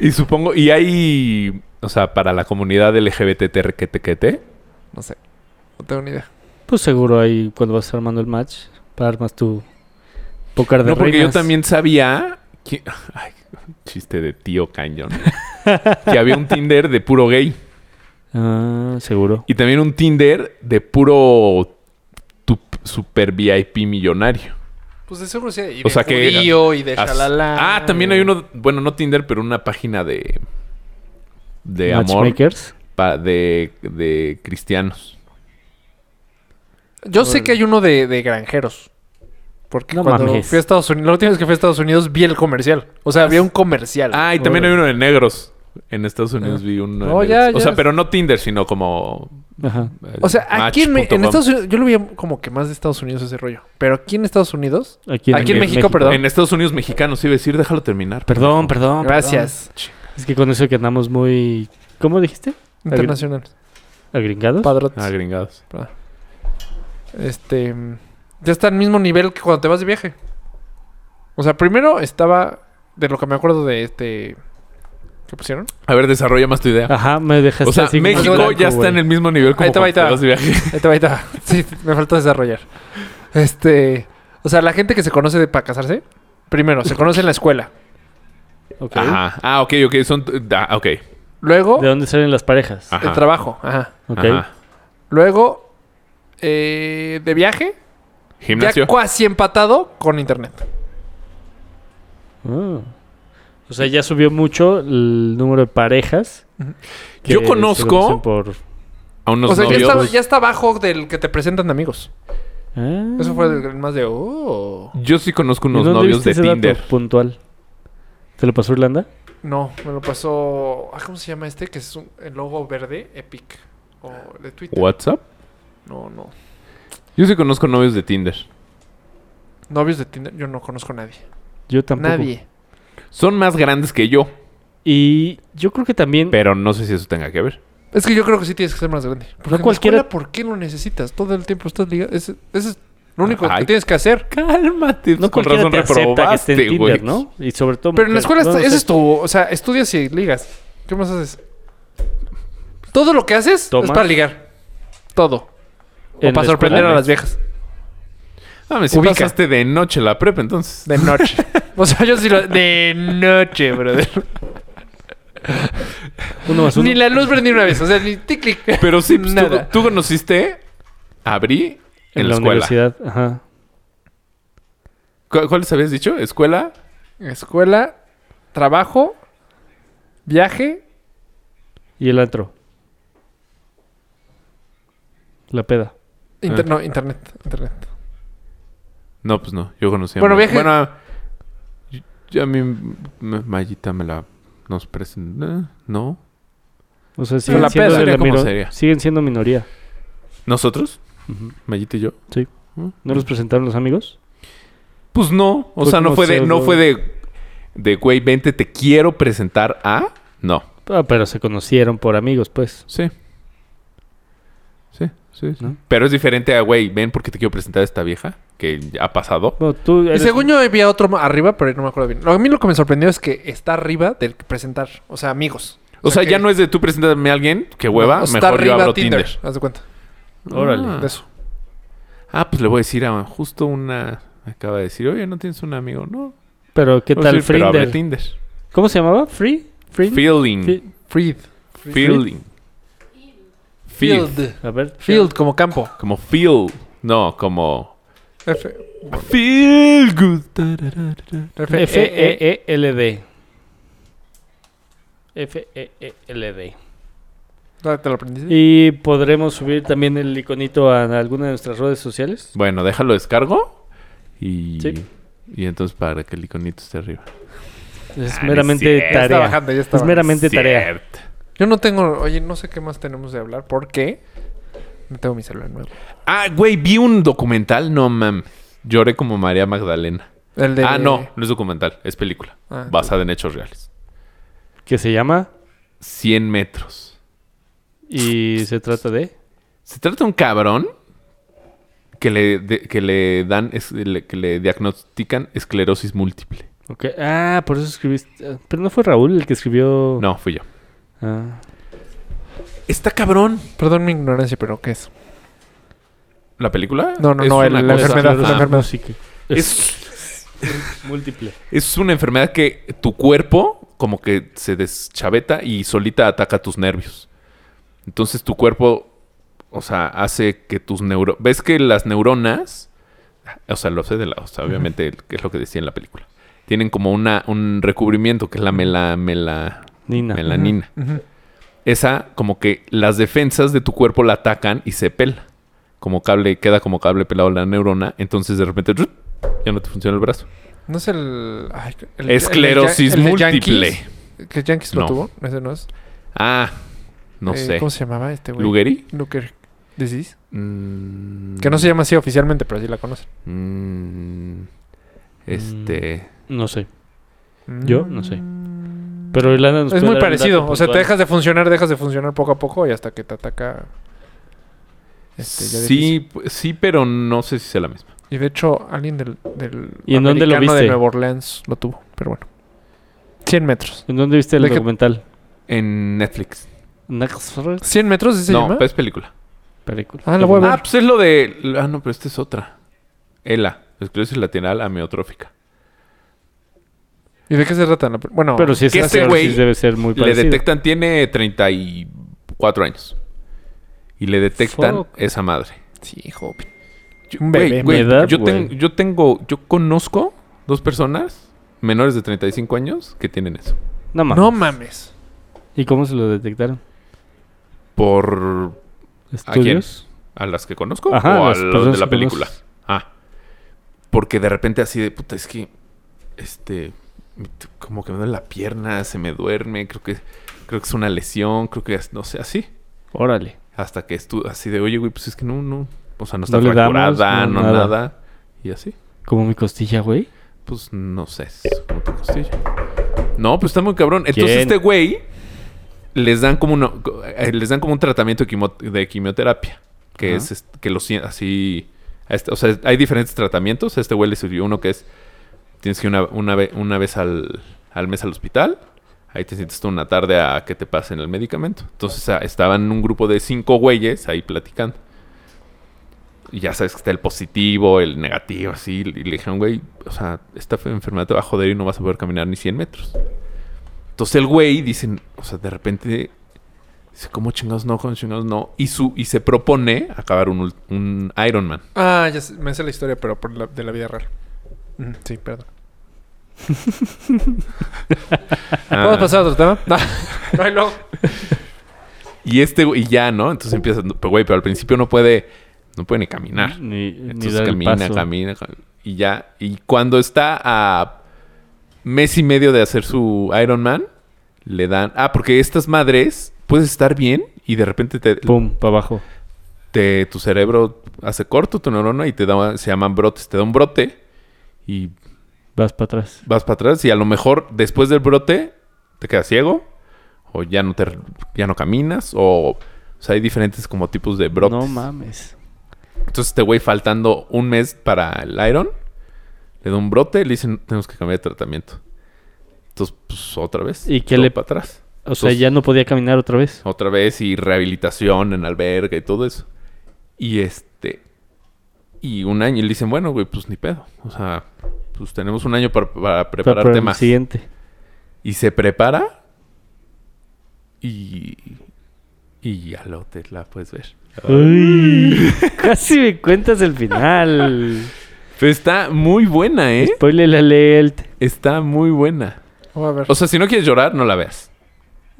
Y supongo, y hay, o sea, para la comunidad LGBTTRQTQT, No sé. No tengo ni idea. Pues seguro ahí cuando vas armando el match, armas tu pócar de no, porque yo reinas. también sabía que, ay, chiste de tío cañón, que había un Tinder de puro gay Ah, seguro. y también un Tinder de puro tu- super VIP millonario. Pues de seguro sí. Y O sea que- Furio y de As- Shalala. ah, también hay uno, bueno, no Tinder, pero una página de de amor Matchmakers. pa- de, de cristianos. Yo sé que hay uno de, de granjeros. Porque No cuando mames. fui a Estados Unidos, la última vez que fui a Estados Unidos vi el comercial. O sea, había un comercial. Ah, y también hay Órale. uno de negros. En Estados Unidos vi uno. de Oh, ya, negros. O ya. sea, pero no Tinder, sino como. Ajá. eh, o sea, aquí en, en Match.com. Estados Unidos, yo lo vi como que más de Estados Unidos ese rollo. Pero aquí en Estados Unidos, Aquí en, Aquí en México, perdón. En Estados Unidos mexicanos, iba a decir, déjalo terminar. Perdón, Ah, perdón. gracias. perdón. Es que con eso que andamos muy... ¿Cómo dijiste? Internacional. ¿Agringados? Padrotes. Ah, gringados. Este. mm, Ya está al mismo nivel que cuando te vas de viaje. O sea, primero estaba. De lo que me acuerdo de este. ¿Qué pusieron? A ver, desarrolla más tu idea. Ah, Ajá, me dejaste o sea, así como México blanco, ya está güey. en el mismo nivel como Ahí te va, ahí te cuando va. vas de viaje. Ahí te va, ahí te va. Sí, me faltó desarrollar. Este. O sea, la gente que se conoce de, para casarse. Primero, se conoce en la escuela. Ok. Ajá. Ah, ok, ok. Son... ah, ok. Luego, ¿De dónde salen las parejas? Ah. el Ajá. trabajo. Ajá. Ok. Ajá. Luego, eh, de viaje. Gimnasio. Ya casi empatado con internet. Ah. O sea, ya subió mucho el número de parejas. Ujú. que Yo se conozco- conocen por... A unos o sea, ya novios. está, ya está abajo del que te presentan amigos. Ah. Eso fue el más de... Oh. Yo sí conozco ¿Y unos dónde novios viste de ese dato Tinder. puntual. ¿Te lo pasó Irlanda? No, me lo pasó... ah, ¿Cómo se llama este? Que es un, el logo verde, Epic. O de Twitter. ¿WhatsApp? No, no. Yo sí conozco novios de Tinder. Novios de Tinder, yo no conozco a nadie. Yo tampoco. Nadie. Son más grandes que yo, Y yo creo que también... pero no sé si eso tenga que ver. Es que yo creo que sí tienes que ser más grande. Porque en la cualquiera- escuela, ¿por qué lo necesitas? Todo el tiempo estás ligado. Ese, ese es lo único Ay. que tienes que hacer. Cálmate, pues, no con cualquiera razón te acepta que esté reprobaste, en Tinder, güey. ¿no? Y sobre todo... Pero en la escuela mujeres. está- No, no ese sé. es tu... O sea, estudias y ligas. ¿Qué más haces? Todo lo que haces Tomas. es para ligar. Todo. O En la para sorprender escuela. a las viejas. Ah, me si Ubica. pasaste de noche la prepa, entonces. De noche. o sea, yo sí lo... De noche, brother. Uno más uno. Ni la luz prendí una vez. O sea, ni tic clic. Pero sí, pues, tú, Nada. tú conociste a Bri en, En, la, la escuela. universidad. Ajá. ¿Cu- ¿Cuáles habías dicho? ¿Escuela? Escuela, trabajo, viaje. Y el antro. La peda. inter- Ah. No, internet. Internet. No, pues no. Yo conocía. Bueno, viaje- Bueno, a- yo- a mí m- Mayita me la nos presenta. No. O sea, siguen la siendo, peda. de la ¿Cómo miro- sería? siguen siendo minoría. ¿Nosotros? Ujú. Mayita y yo. Sí. ¿Mm? ¿No los presentaron los amigos? Pues no. O Fue sea, no como fue de, no pseudo- fue de, de güey, vente, te quiero presentar a. No. Ah, pero se conocieron por amigos, pues. Sí. Sí, sí. sí. ¿No? Pero es diferente a, güey, ven porque te quiero presentar a esta vieja que ya ha pasado. Bueno, tú Y eres- según yo había otro ma- arriba, pero no me acuerdo bien. Lo- A mí lo que me sorprendió es que está arriba del que presentar. O sea, amigos. O sea, que- ya no es de tú presentarme a alguien que hueva, o sea, mejor yo abro Tinder. Haz de cuenta. Órale. Ah. De eso. Ah, pues le voy a decir a justo una. me Acaba de decir, oye, ¿no tienes un amigo? No. Pero, ¿qué Le voy a tal decir, Oh, "Pero abre Frinder? Tinder. ¿Cómo se llamaba? ¿Free? ¿Free? Feeling. Fi- Freed. Feeling. Field. Field. A ver. Field como campo. Como feel. No, como. F. Feel good. Tararara. F. E. E. F-E-E-L-D. E, F-E-E-L-D. Ah, ¿Te lo aprendiste? Y podremos subir también el iconito a alguna de nuestras redes sociales. Bueno, déjalo descargo. Y. Sí. Y entonces para que el iconito esté arriba. Es Ah, ni meramente siquiera. Ya está tarea. bajando, ya está Es bajando. meramente tarea. Cierto. Yo no tengo... Oye, no sé qué más tenemos de hablar. ¿Por qué? No tengo mi celular nuevo. Ah, güey, vi un documental. No, mam. Lloré como María Magdalena. El de... Ah, no, no es documental, es película. Ah. basada en hechos reales. Que se llama 100 metros. y se trata de... Se trata de un cabrón que le, de- que le dan, es- le- que le diagnostican esclerosis múltiple. Ok. Ah, por eso escribiste... ah, Pero no fue Raúl el que escribió... No, fui yo. Ah. Está cabrón. Perdón mi ignorancia, pero ¿qué es? ¿La película? No, no, Es no, el- una la cosa- enfermedad, la Ah, enfermedad. Música. Es, múltiple. es una enfermedad que tu cuerpo como que se deschaveta y solita ataca tus nervios. Entonces tu cuerpo, o sea, hace que tus neuronas... ¿Ves que las neuronas... O sea, lo sé de la... O sea, obviamente que es lo que decía en la película. Tienen como una, un recubrimiento que es la mela... mela Nina. melanina. Ujú. Esa, como que las defensas de tu cuerpo la atacan y se pela. Como cable, queda como cable pelado la neurona. Entonces de repente ¡rup! ya no te funciona el brazo. No es el... ay, el- el- Esclerosis el de múltiple. Yankees. ¿Que Yankees lo No. tuvo? Ese no es. Ah, no Eh, sé. ¿Cómo se llamaba este güey? ¿Lugeri? Luger. ¿Disease? Mm, Que no se llama así oficialmente, pero así la conocen. mm, este. No sé. Yo no sé. Mm. Pero Irlanda nos es puede muy dar un dato parecido. O sea, te puntual. dejas de funcionar, dejas de funcionar poco a poco y hasta que te ataca. este, ya difícil. sí, p- sí, pero no sé si sea la misma. Y de hecho, alguien del. del ¿Y en dónde lo americano de viste? Nueva Orleans lo tuvo. Pero bueno. 100 metros. ¿En dónde viste el ¿De qué- documental? En Netflix. Naxford. 100 metros ¿sí se no, llama? pues es película. Película. Ah, la voy a ver. Ah, pues es lo de. Ah, no, pero esta es otra. ELA, esclerosis lateral amiotrófica. ¿Y de qué se trata? la pe- Bueno, Pero si es que este este güey debe ser muy Le parecido. detectan, tiene 34 años. Y le detectan Fuck. esa madre. sí, hijo. Yo, Un güey, bebé. güey, ¿Verdad, yo, güey? ten- yo tengo, yo conozco dos personas menores de 35 años que tienen eso. No mames. No mames. ¿Y cómo se lo detectaron? Por ¿Estudios? a las que conozco Ajá, o a las los de personas la que película. conoces. Ah. Porque de repente así de puta, es que este como que me duele la pierna, se me duerme, creo que creo que es una lesión, creo que es- no sé, así. Órale. Hasta que estu así de, "Oye, güey, pues es que no no, o sea, no está No le damos, fracturada, no no, nada. nada. Y así. Como mi costilla, güey. Pues no sé, es como tu costilla. No, pues está muy cabrón. Entonces ¿Quién? este güey les dan como una- eh, les dan como un tratamiento de, quimo- de quimioterapia, que Ajá. es est- que lo sien- así a este- o sea, hay diferentes tratamientos. A Este güey le sirvió uno que es tienes que ir una una, ve- una vez al, al mes al hospital. Ahí te sientes toda una tarde a que te pasen el medicamento. Entonces a- estaban un grupo de cinco güeyes ahí platicando. Y ya sabes que está el positivo, el negativo, así. Y le dijeron, güey, o sea, esta fe- enfermedad te va a joder y no vas a poder caminar ni 100 metros. Entonces el güey dicen, o sea, de repente dice, ¿cómo chingados no? ¿Cómo chingados no? Y, su, y se propone acabar un, ul- un Ironman. Ah, ya sé, me sé la historia, pero por la- de la vida real. Ujú, Sí, perdón. Ah, Ah. Vamos a pasar a otro tema. No, no, no. Y este, güey- y ya, ¿no? Entonces empieza, no, pero güey, pero al principio no puede, no puede ni caminar. Ni, ni Entonces dar el camina, paso. camina, cam- y ya. Y cuando está a mes y medio de hacer su Iron Man, le dan. Ah, porque estas madres puedes estar bien y de repente te, Pum, para abajo. te- tu cerebro hace corto tu neurona y te da, se llaman brotes, te da un brote y Vas para atrás. vas para atrás y a lo mejor después del brote te quedas ciego o ya no te, ya no caminas o, o sea, hay diferentes como tipos de brotes. No mames. Entonces este güey faltando un mes para el Iron, le da un brote, le dicen tenemos que cambiar de tratamiento. Entonces, pues otra vez. ¿Y qué todo le- para atrás? O sea, Entonces- ya no podía caminar otra vez. Otra vez y rehabilitación en albergue y todo eso. Y este... Y un año, y le dicen, bueno, güey, pues ni pedo. O sea, pues tenemos un año para, para Para- para prepararte el más. siguiente. Y se prepara. Y. Y ya lo te la puedes ver. Uy, casi me cuentas el final. Pero está muy buena, ¿eh? Spoiler alert. Está muy buena. Vamos a ver. O sea, si no quieres llorar, no la veas.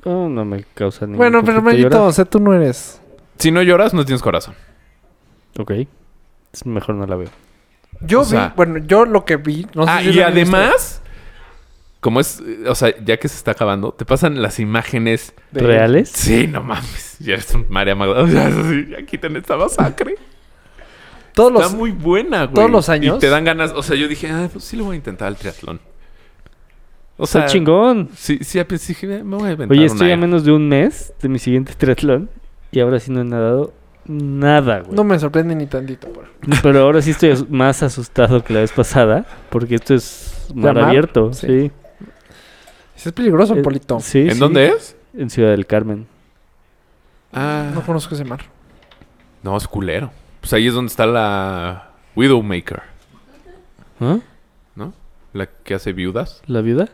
Oh, no me causa ningún bueno, pero conflicto Mayito, o sea, tú no eres. Si no lloras, no tienes corazón. llorar. Ok. Es mejor no la veo. Yo O sea- vi, bueno, yo lo que vi. No sé ah, si es y la misma historia. además, como es, eh, o sea, ya que se está acabando, te pasan las imágenes. De- ¿Reales? Sí, no mames. Ya eres un María Magdalena. O sea, eso sí, ya quitan esta masacre. Todos los, está muy buena, güey. todos los años. Y te dan ganas. O sea, yo dije, ah, pues sí le voy a intentar el triatlón. O Está Ah. sea, chingón. Sí, sí, al principio dije, "Eh, me voy a inventar Oye, un estoy a Iron. menos de un mes de mi siguiente triatlón y ahora sí no he nadado nada, güey. No me sorprende ni tantito. Por... Pero ahora sí estoy as- más asustado que la vez pasada porque esto es mar mar? abierto. Sí. Sí. Es peligroso, Eh, Polito. sí, ¿En sí. dónde es? En Ciudad del Carmen. Ah, No conozco ese mar. no, es culero. Pues ahí es donde está la Widowmaker, ¿Ah? ¿no? La que hace viudas. ¿La viuda?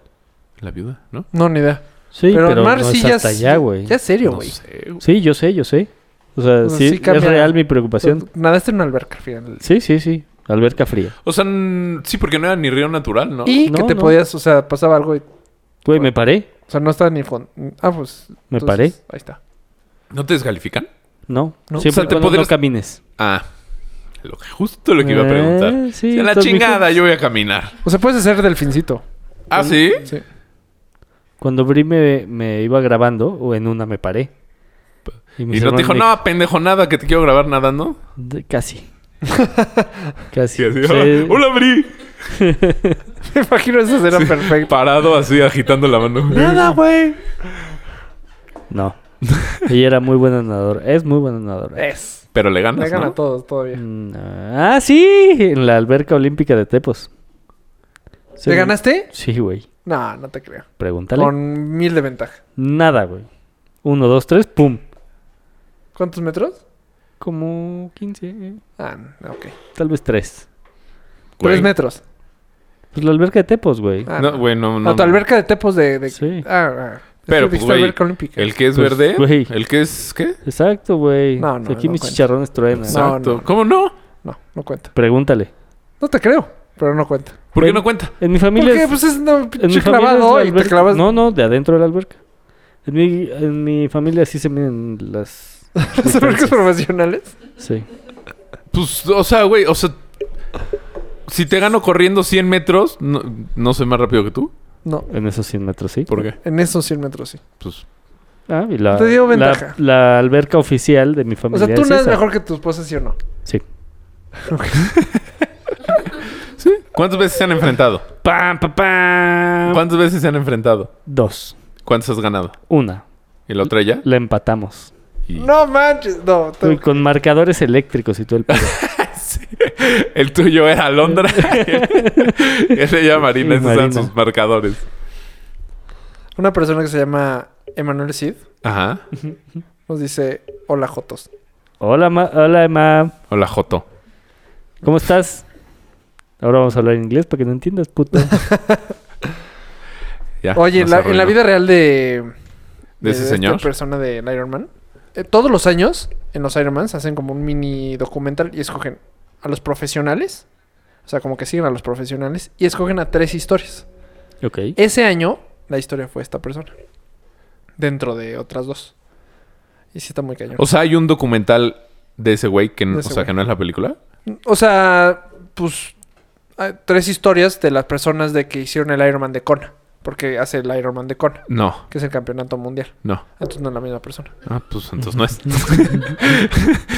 La viuda, ¿no? No, ni idea. Sí, pero, el mar no sí es ya hasta es- allá, güey. Ya es serio, no güey. sé, güey. Sí, yo sé, yo sé. O sea, Bueno, sí, sí es cambia- real mi preocupación. Nadaste en una alberca al final. Sí, sí, sí. Alberca fría. O sea, n- sí, porque no era ni río natural, ¿no? Y No, que te no. podías, o sea, pasaba algo y. Güey, me paré. O sea, no estaba ni fondo. Ah, pues. Me entonces, paré. Ahí está. ¿No te descalifican? No. No. Siempre O sea, y te cuando no podrías- camines. Ah, lo que- justo lo que iba a Eh, preguntar. sí, Sí, a la entonces, chingada, mijo. yo voy a caminar. O sea, puedes hacer delfincito. ¿Ah, sí? Sí. Cuando Bri me, me iba grabando, o en una me paré. Y no te dijo, no, pendejo, nada, que te quiero grabar nadando. Casi. Casi. Y así, O sea, "Hola, hola, Bri. Me imagino eso será perfecto. Parado así, agitando la mano. Nada, güey. No. Ella era muy buena nadadora. Es muy buena nadadora. Eh, Es. Pero le ganas, Me ¿no? gana a todos todavía. Mm, Ah, sí. En la alberca olímpica de Tepos. Sí, ¿Te güey. ganaste? Sí, güey. No, no te creo. Pregúntale. Con mil de ventaja. Nada, güey. Uno, dos, tres, pum. ¿Cuántos metros? Como 15, Ah, no, ok. tal vez tres. Güey. Tres metros. Pues la alberca de Tepos, güey. Ah, No, güey, no, no. A tu alberca de tepos de. de- Sí. Ah, ah. Pero, Es que pues, dijiste güey, alberca olímpica. El que es Pues, verde, güey. el que es, ¿qué? Exacto, güey. No, O sea, no, Aquí no mis cuenta. chicharrones truenan. No. Exacto. ¿Cómo no? No, no cuenta. Pregúntale. No te creo. pero no cuenta. ¿Por qué Bueno. no cuenta? En mi ¿Por familia. qué? es- Pues es no, en mi pinche familia es clavado la y te alberca. clavas. No, no, de adentro de la alberca. En mi, en mi familia sí se miden las. Las albercas profesionales. Sí. Pues, o sea, güey, o sea, si te gano corriendo 100 metros, no, no soy más rápido que tú. No. En esos 100 metros, sí. ¿Por qué? En esos 100 metros, sí. Pues, Ah, y la, Te dio la- ventaja. La, alberca oficial de mi O familia. sea, tú es no eres esa. mejor que tu esposa, ¿sí o no? Sí. ¿cuántas veces se han enfrentado? ¡Pam, pam, Ah. pam! ¿Cuántas veces se han enfrentado? Dos. ¿Cuántas has ganado? Una. ¿Y la otra ya? La empatamos. Y- No manches. No, te- Uy, Con marcadores eléctricos y todo el pedo. El tuyo era Londra. Ese ya Marina, Y esos eran Marina. sus marcadores. una persona que se llama Emanuel Cid Ajá. nos dice: Hola, Jotos. Hola, ma- hola, Emma. Hola, Joto. ¿Cómo estás? Ahora vamos a hablar en inglés para que no entiendas, puto. Ya, Oye, nos en la, en la arruinó. vida real de. ¿De ese esta señor? persona del Iron Man. eh, todos los años, en los Iron Mans, hacen como un mini documental y escogen a los profesionales. O sea, como que siguen a los profesionales y escogen a tres historias. ok. Ese año, la historia fue esta persona. Dentro de otras dos. Y sí está muy cañón. O sea, hay un documental de ese güey que, no- De o ese sea, güey. que no es la película. O sea, pues hay tres historias de las personas de que hicieron el Ironman de Kona, porque hace el Ironman de Kona, No, que es el campeonato mundial. no. Entonces no es la misma persona. Ah, pues entonces no es.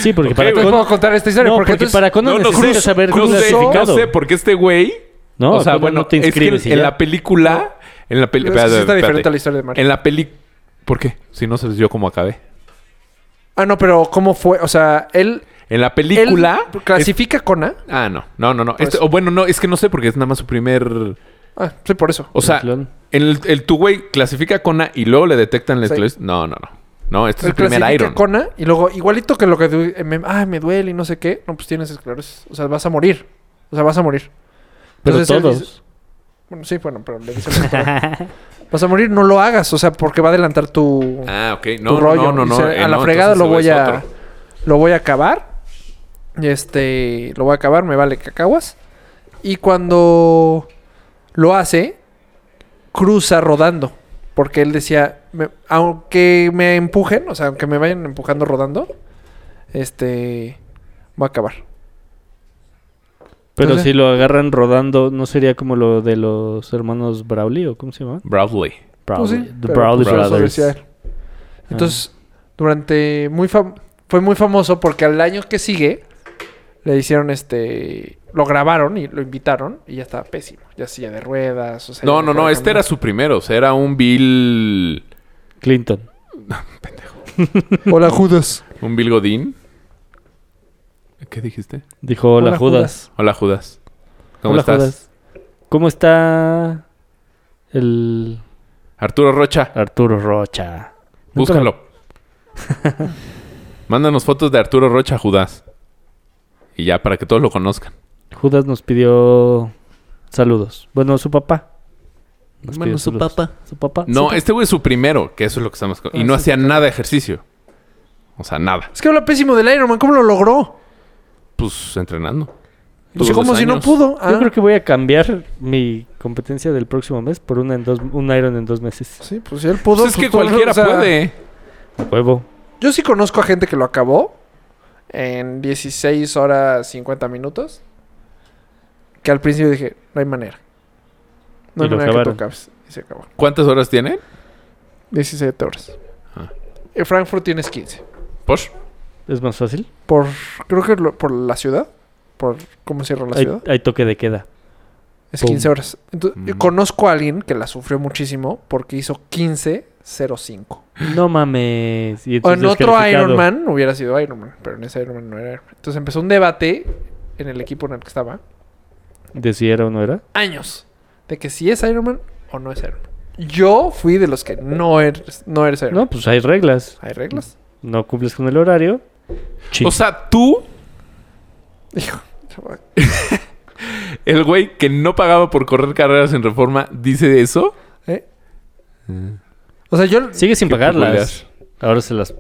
Sí, porque Ok, para No güey. con- puedo contar esta historia no, porque, porque entonces- para Conan necesitas cruz- saber cruz- no sé, clasificado. No sé, porque este güey. No, o sea, Conan bueno, no te es que inscribes y en ya. la película. En la Es que película. sí está diferente a la historia de Mario. En la peli. ¿Por qué? Si no sabes yo cómo acabé. Ah, no, pero ¿cómo fue? O sea, él, En la él película. es- clasifica Kona. Ah, no. No, no, no. Por Este- eso. o bueno, no, es que no sé porque es nada más su primer. Ah, sí, por eso. O sea, clon. en el, el tu güey clasifica a Kona y luego le detectan la Sí. esclerosis. No, no, no. No, este es Él el primer clasifica Iron. Kona y luego, igualito que lo que... du- eh, me- Ay, me duele y no sé qué. No, pues tienes esclerosis. O sea, vas a morir. O sea, vas a morir. Pero Entonces, él dice- todos. Bueno, sí, bueno, pero le dice al doctor, Vas a morir, no lo hagas. O sea, porque va a adelantar tu... Ah, ok. tu No, rollo. no, no, no. Dice, eh, a la no, fregada entonces lo ese güey voy es a otro. lo voy a acabar. Y este lo voy a acabar, me vale cacahuas. Y cuando lo hace cruza rodando, porque él decía, "Me- aunque me empujen, o sea, aunque me vayan empujando rodando, este voy a acabar. Pero Entonces- si lo agarran rodando, ¿no sería como lo de los hermanos Brawley o cómo se llama? Bradley. Pues sí, The pero, Brawley pues, eso Brothers. Ah, decía él. Entonces, Ah. durante muy fam- fue muy famoso porque al año que sigue le hicieron este lo grabaron y lo invitaron y ya estaba pésimo, ya silla de ruedas, o sea, No, no, ya no. dejaba Este era caminar. su primero. O sea, era un Bill. Clinton. Hola Judas. Un Bill Godín. ¿Qué dijiste? Dijo, hola, Hola, Judas. Hola, Judas. ¿Cómo Hola, estás? Judas. ¿Cómo está el Arturo Rocha. Ah, Arturo Rocha? Búscalo. Mándanos fotos de Arturo Rocha Judas. Y ya, para que todos lo conozcan. Judas nos pidió saludos. Bueno, su papá. Nos Bueno, pidió su saludos. papá. Su papá. No, su este güey es su primero, que eso es lo que estamos... con- Ah, Y no sí, hacía nada de ejercicio. O sea, nada. Es que habla pésimo del Iron Man, ¿cómo lo logró? Pues entrenando. Pues Tuvo como dos si no años. pudo. Ah, Yo creo que voy a cambiar mi competencia del próximo mes por una en dos, un Iron en dos meses. Sí, pues si él pudo. Pues es pues, que todo- cualquiera o sea, puede. A Huevo. Yo sí conozco a gente que lo acabó en 16 horas 50 minutos. Que al principio dije, no hay manera. Y No hay lo manera que tú acabaron. acabes. Y se acabó. ¿Cuántas horas tiene? 17 horas. Ah. En Frankfurt tienes 15. ¿Por? Es más fácil. Por, creo que lo- por la ciudad. Por cómo cierra la Hay, ciudad. hay toque de queda. Es pum. 15 horas. Entonces, yo Mm. conozco a alguien que la sufrió muchísimo porque hizo 15.05. No mames. Y O entonces en otro calificado. Iron Man hubiera sido Iron Man, pero en ese Iron Man no era Iron Man. Entonces empezó un debate en el equipo en el que estaba, De si era o no era. años, de que si es Iron Man o no es Iron Man. Yo fui de los que no eres, no eres Iron Man. No, pues hay reglas. Hay reglas. No cumples con el horario. Chin. O sea, tú, Hijo, el güey que no pagaba por correr carreras en reforma, dice eso. ¿eh? O sea, yo Sigue sin Qué pagarlas. Ahora se las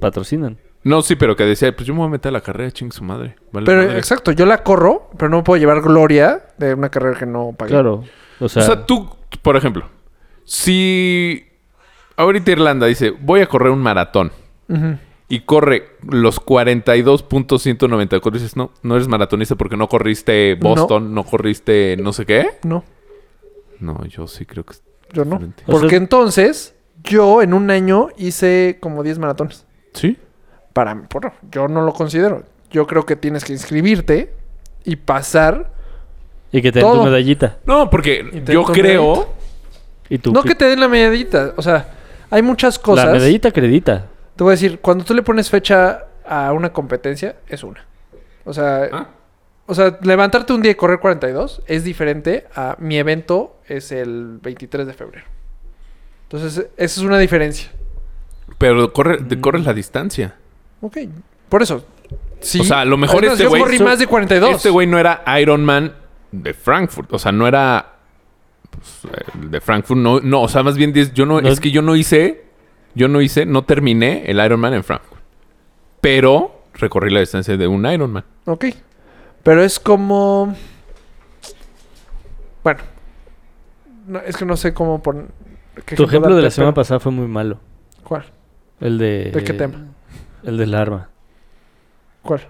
patrocinan. No, sí, pero que decía, pues yo me voy a meter a la carrera, ching su madre. Vale Pero madre. exacto, yo la corro, pero no me puedo llevar gloria de una carrera que no pagué. Claro. O sea, O sea, tú, por ejemplo, si ahorita Irlanda dice, voy a correr un maratón Ujú. y corre los 42.194, dices, no, no eres maratonista porque no corriste Boston, no, corriste no sé qué. No, No, yo sí creo que... yo no. Diferente. Porque O sea- entonces, yo en un año hice como 10 maratones. Sí. Para mí, por- yo no lo considero. Yo creo que tienes que inscribirte y pasar. y que te den tu todo. medallita. No, porque Intento yo creo... Y tu No que te den la medallita. O sea, hay muchas cosas. La medallita acredita. Te voy a decir, cuando tú le pones fecha a una competencia, es una. O sea, Ah. o sea, levantarte un día y correr 42 es diferente a mi evento es el 23 de febrero. Entonces, esa es una diferencia. Pero corre, Mm. te corres la distancia. Ok. Por eso. sí. O sea, a lo mejor Además, este yo güey- corrí más de 42. Este güey no era Iron Man de Frankfurt. O sea, no era. pues, el de Frankfurt, no, no. O sea, más bien dices, yo no, No. Es que yo no hice. Yo no hice, no terminé el Iron Man en Frankfurt. Pero recorrí la distancia de un Iron Man. Ok. Pero es como. Bueno. No, es que no sé cómo poner. qué Tu ejemplo de la darte, semana Eh, pero- pasada fue muy malo. ¿Cuál? El de... ¿De qué tema? El del arma. ¿Cuál?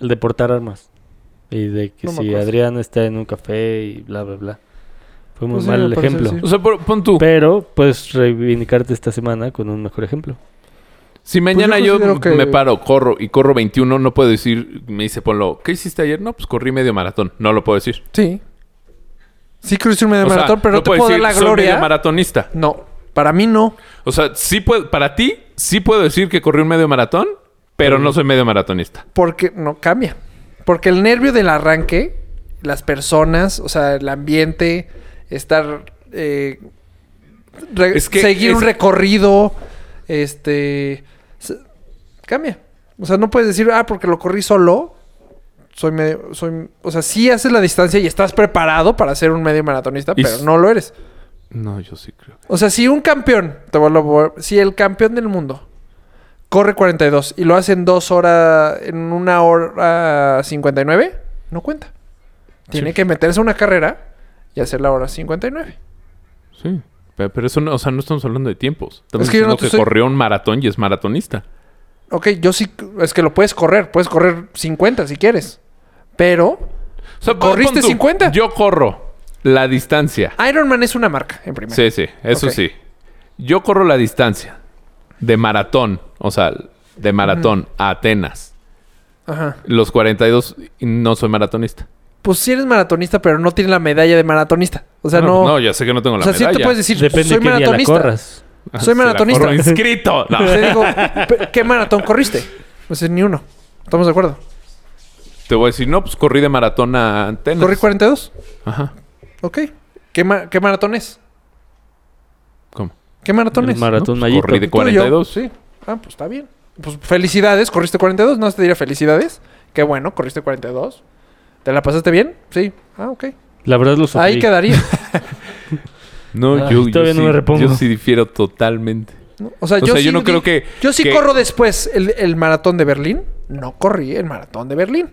El de portar armas. Y de que No me si acuerdo. Adrián está en un café y bla, bla, bla. Fue muy Pues sí, mal me el parece, ejemplo. sí. O sea, por- pon tú. Pero puedes reivindicarte esta semana con un mejor ejemplo. Si pues, yo mañana yo, considero que- me paro, corro y corro 21, no puedo decir. Me dice, ponlo. ¿Qué hiciste ayer? No, pues corrí medio maratón. No lo puedo decir. Sí. Sí, crucé un medio O sea, maratón, pero no te puedo puedo dar decir, la "Soy medio gloria. maratonista. No, para mí no. O sea, sí puedo, para ti, sí puedo decir que corrí un medio maratón, pero no soy medio maratonista. Porque no cambia. Porque el nervio del arranque, las personas, o sea, el ambiente, estar. eh, re- Es que seguir es- un recorrido, este. se- cambia. O sea, no puedes decir, ah, porque lo corrí solo. Soy medio, soy, o sea, sí haces la distancia y estás preparado para ser un medio maratonista, Y pero s- no lo eres. No, yo sí creo. O sea, si un campeón, te vuelvo a- si el campeón del mundo corre 42 y lo hace en dos horas, en una hora 59, no cuenta. Tiene que meterse a una carrera y hacer la hora 59. Sí. Pe- Pero eso no, o sea, no estamos hablando de tiempos. Estamos Es que yo diciendo no te que estoy- corrió un maratón y es maratonista. Ok, yo sí, es que lo puedes correr, puedes correr 50 si quieres. Pero O sea, pon- ¿Corriste pon tú, 50? Yo corro la distancia. Ironman es una marca, en primer Sí, sí, eso Ok. sí. Yo corro la distancia de maratón, o sea, de maratón a Atenas. Ajá. Los 42 y no soy maratonista. Pues si eres maratonista, pero no tienes la medalla de maratonista. O sea, no, no. ya sé que no tengo o la sea, sí medalla. te puedes decir, Depende de soy qué día la maratonista. corras. Se soy la corro maratonista. inscrito. No. Te digo, "¿Pe- ¿qué maratón corriste? Pues ni uno. Estamos de acuerdo. Te voy a decir, no, pues corrí de maratón a Atenas. Corrí 42. Ajá. Ok. ¿Qué, ma- qué maratón es? ¿Cómo? ¿Qué maratón El es? maratón No, pues, mallito. corrí de Tú y yo. 42. Sí. Ah, pues está bien. Pues felicidades, corriste 42. No te diría felicidades. Qué bueno, corriste 42. ¿Te la pasaste bien? Sí. Ah, ok. La verdad lo sufrí. Ahí quedaría. No, Ay, yo, yo todavía no sí- me repongo. Yo sí difiero totalmente. ¿no? O sea, O yo, sea, sí yo no di- creo que- Yo sí que- corro después el, el maratón de Berlín. No corrí el maratón de Berlín.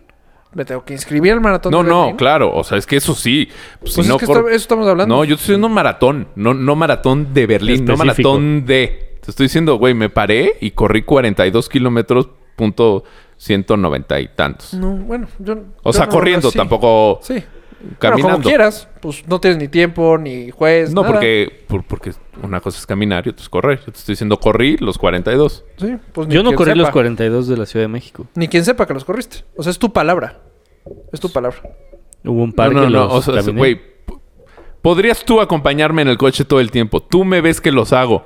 Me tengo que inscribir al maratón No, de Berlín. no, claro. O sea, es que eso sí. Pues, Pues si es no que cor- esto- eso estamos hablando. No, yo te estoy diciendo maratón. No, no maratón de Berlín, no Específico. maratón de. Te estoy diciendo, güey, me paré y corrí 42 kilómetros, punto 190 y tantos. No, bueno, yo. O sea, corriendo, tampoco Mm. Sí. Pero caminando. como quieras, pues no tienes ni tiempo, ni juez. No, nada. porque, por- porque una cosa es caminar y otra es correr. Yo te estoy diciendo, corrí los 42. Sí, pues ni Yo no quien corrí los sepa. 42 de la Ciudad de México. Ni quien sepa que los corriste. O sea, es tu palabra. Es tu palabra. Hubo un par no, no, que no. los O sea, caminé. güey, p- podrías tú acompañarme en el coche todo el tiempo. Tú me ves que los hago.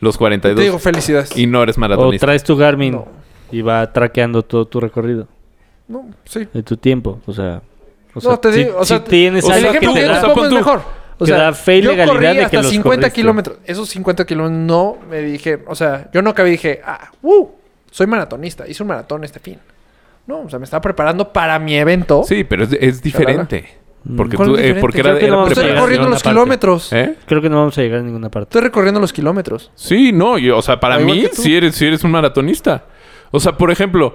Los Te digo 42. felicidades. Y no eres O maratonista. traes tu Garmin No. y va traqueando todo tu recorrido, No, sí. de tu tiempo. O sea, o no, te si- digo, o si sea, tienes el algo que ejemplo que, te les da- o sea, pongo pon es tú mejor. O que sea, da fe y yo legalidad corrí de que hasta los 50 corriste. kilómetros. Esos 50 kilómetros no me dije, o sea, yo no acabé y dije, ah, uh, soy maratonista, hice un maratón este fin. No, o sea, me estaba preparando para mi evento. Sí, pero es, es diferente. Porque, ¿Cuál tú, es eh, diferente? porque Creo era, que era no, preparación Estoy preparación. recorriendo los aparte. kilómetros. ¿Eh? creo que no vamos a llegar a ninguna parte. Estoy recorriendo los kilómetros. Sí, no. yo- o sea, para Al igual mí, que tú. sí eres, sí eres un maratonista. O sea, por ejemplo,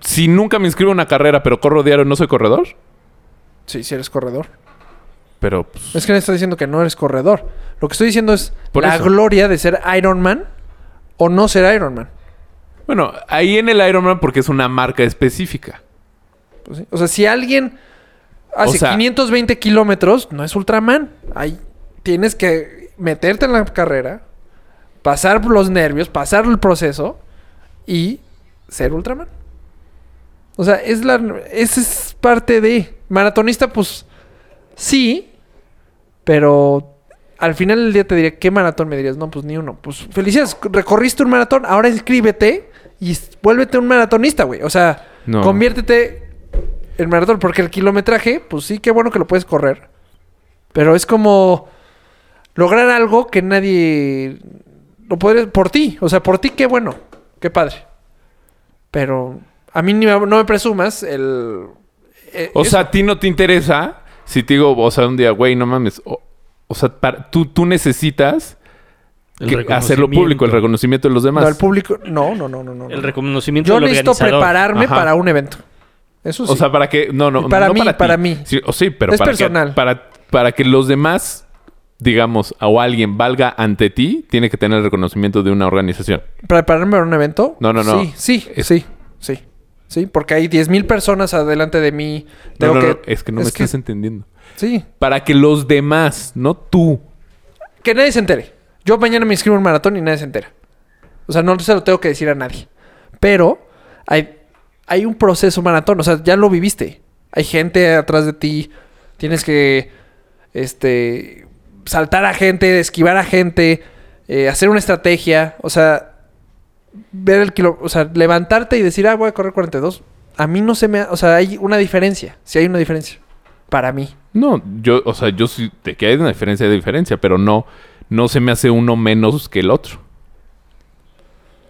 si nunca me inscribo a una carrera, pero corro diario, no soy corredor. Sí, si eres corredor. Pero pues, Es que no está diciendo que no eres corredor. Lo que estoy diciendo es Por la eso. gloria de ser Iron Man o no ser Iron Man. bueno, ahí en el Ironman porque es una marca específica. Pues sí. O sea, si alguien hace sea- 520 kilómetros, no es Ultraman. Ahí tienes que meterte en la carrera, pasar por los nervios, pasar el proceso y ser Ultraman. O sea, es la, esa es parte de maratonista, pues sí, pero al final del día te diré qué maratón me dirías. No, pues ni uno. Pues felicidades, recorriste un maratón, ahora inscríbete y s- vuélvete un maratonista, güey. O sea, No. conviértete en maratón, porque el kilometraje, pues sí, qué bueno que lo puedes correr. Pero es como lograr algo que nadie lo puede por ti. O sea, por ti, qué bueno, qué padre. Pero a mí ni me- no me presumas el. eh, O eso. sea, a ti no te interesa si te digo, o sea, un día, güey, no mames. O, o sea, para- tú, tú necesitas El que- hacerlo reconocimiento. público, el reconocimiento de los demás. No, el público. No, no, no, no. no El no. reconocimiento Yo del necesito organizador. prepararme Ajá. para un evento. Eso Pues sí. O sea, para que. No, no, Y para no mí, ti. para mí. Sí, o sí, pero Es para personal. Que, para, para que los demás, digamos, o alguien valga ante ti, tiene que tener el reconocimiento de una organización. ¿Prepararme para un evento? No, no, no. Sí, sí, Es- sí, sí. Sí, porque hay 10.000 personas adelante de mí. No, Tengo no, que... no, es que no me estás entendiendo. Sí. Para que los demás, no tú. Que nadie se entere. Yo mañana me inscribo en un maratón y nadie se entera. O sea, no se lo tengo que decir a nadie. Pero hay, hay un proceso maratón. O sea, ya lo viviste. Hay gente atrás de ti. Tienes que este, saltar a gente, esquivar a gente, eh, hacer una estrategia. O sea, ver el kilo, o sea, levantarte y decir, ah, voy a correr 42. A mí no se me... ha- O sea, hay una diferencia. Sí hay una diferencia. Para mí. No, yo, o sea, yo sí, de que hay una diferencia de diferencia, pero no, no se me hace uno menos que el otro.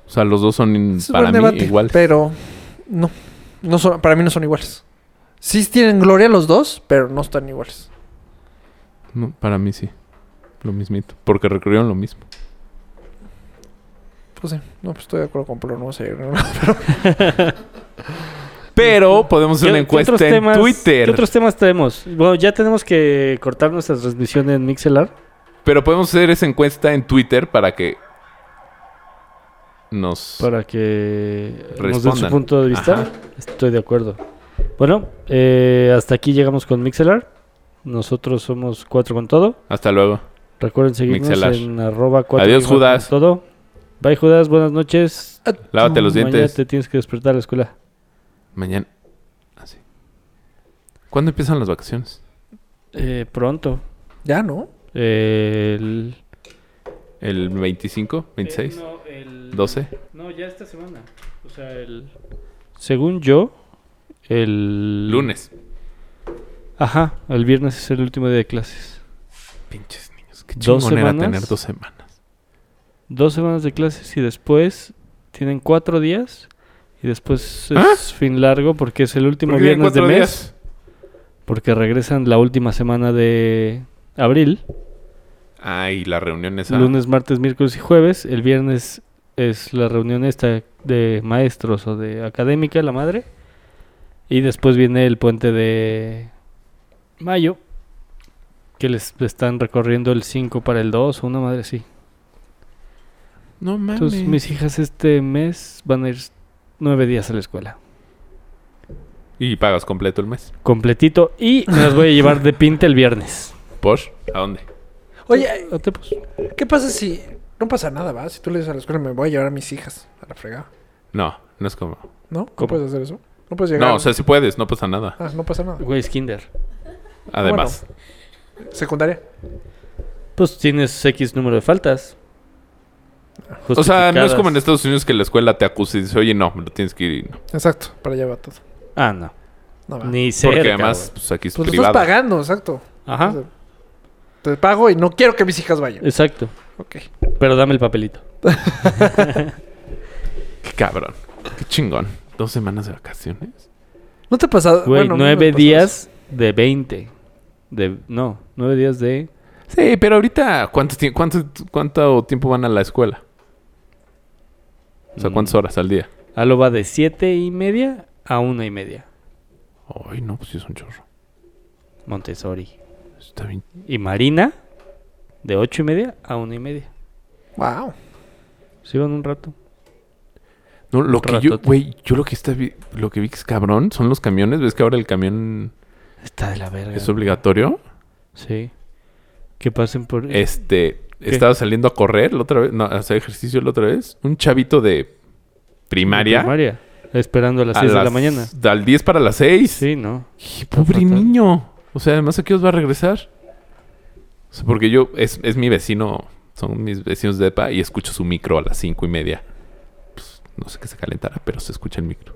O sea, los dos son in- Es para buen mí debate, igual. Pero no, no son, para mí no son iguales. Sí tienen gloria los dos, pero no están iguales. No, para mí sí. Lo mismito. Porque recurrieron lo mismo. Pues sí, no, pues estoy de acuerdo con Polo, no sé. no, no. Pero podemos ¿Qué- hacer una qué encuesta otros en temas- Twitter. ¿Qué otros temas tenemos? Bueno, ya tenemos que cortar nuestra transmisión en Mixelar. Pero podemos hacer esa encuesta en Twitter para que nos... para que nos den su Respondan. punto de vista. Ajá. Estoy de acuerdo. Bueno, eh, hasta aquí llegamos con Mixelar. Nosotros somos cuatro con todo. Hasta luego. Recuerden seguirnos Mixelar. en arroba cuatro Adiós, guión bajo Judas. con todo. Bye Judas, buenas noches. Lávate los Mañana dientes. te tienes que despertar a la escuela. Mañana. Así. ¿Cuándo empiezan las vacaciones? Eh, pronto. Ya, ¿no? El... ¿El 25? ¿26? ¿12? Eh, No, ya esta semana. O sea, el... Según yo, el... Lunes. Ajá, el viernes es el último día de clases. Pinches niños. Qué ¿Dos chingón era semanas? tener dos semanas. dos semanas de clases y después tienen cuatro días y después es ¿Ah? fin largo porque es el último ¿Por qué viernes de cuatro mes días? porque regresan la última semana de abril Ah, y la reunión esa. lunes martes miércoles y jueves el viernes es la reunión esta de maestros o de académica la madre y después viene el puente de mayo que les están recorriendo el 5 para el 2 o una madre sí No Entonces, mames. mis hijas este mes van a ir nueve días a la escuela. Y pagas completo el mes. Completito. Y me las voy a llevar de pinta el viernes. Ah, ¿Por? ¿A dónde? Oye, A Tepos. ¿qué pasa si... No pasa nada, ¿va? Si tú le dices a la escuela, me voy a llevar a mis hijas a la fregada. No, no es como. ¿No? ¿Cómo? ¿Cómo puedes hacer eso? No puedes llegar... No, o sea, si puedes, no pasa nada. Ah, no pasa nada. Güey, es kinder. Además. Secundaria. Pues tienes X número de faltas. o sea, no es como en pues, Justificadas. Estados Unidos que la escuela te acusa y dice, oye, no, lo tienes que ir. y no". Exacto, para allá va todo. Ah, no. No, va. Ni cerca, Porque además, güey. pues aquí es Pues lo estás privado. pagando, exacto. O Ajá. sea, te pago y no quiero que mis hijas vayan. Exacto. Ok. Pero dame el papelito. Qué cabrón. Qué chingón. Dos semanas de vacaciones. ¿No te ha pasado? Güey, Bueno, a mí me nueve pasó días de 20. De, no, nueve días de... Sí, pero ahorita, ¿cuánto, tie- Mm. cuánto, cuánto tiempo van a la escuela? O sea, ¿cuántas horas al día? Aló va de siete y media a una y media. Ay, no, pues sí es un chorro. Montessori. Está bien. Y Marina de ocho y media a una y media. Wow. Se iban un rato. No, lo que yo, Ratote. güey, yo lo que está vi- lo que vi que es cabrón son los camiones. ¿Ves que ahora el camión Está de la verga. es obligatorio? Sí. Que pasen por... Este, estaba saliendo a correr la otra vez, no, a hacer ejercicio la otra vez. Un chavito de primaria. María. Esperando a las a seis de la las- mañana. Al 10 para las 6. Sí, ¿no? Y pobre fatal. niño. O sea, además, ¿a qué os va a regresar? O sea, porque yo, es, es mi vecino, son mis vecinos de EPA y escucho su micro a las cinco y media. Pues, no sé qué se calentará, pero se escucha el micro.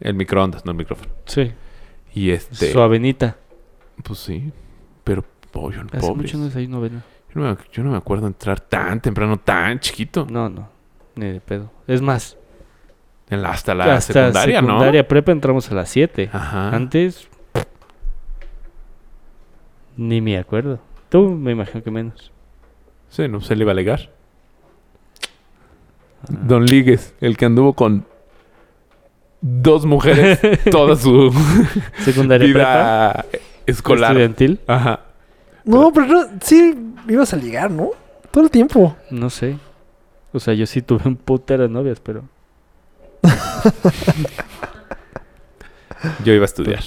El microondas, no el micrófono. Sí. Y este, Su avenita. pues sí, pero pollo, Hace pobres. mucho no desayuno avena. Yo, no me, yo no me acuerdo entrar tan temprano, tan chiquito. No, no. Ni de pedo. Es más, En la- hasta la hasta secundaria, secundaria prepa entramos a las 7. ¿no? Ajá. Antes... Ni me acuerdo. Tú me imagino que menos. Sí, no se le iba a alegar. Ah. Don Ligues, el que anduvo con dos mujeres toda su Secundaria prepa. vida escolar. Estudiantil. Ajá. No, pero no- sí ibas a ligar, ¿no? Todo el tiempo. No sé. O sea, yo sí tuve un putero de novias, pero... Yo iba a estudiar,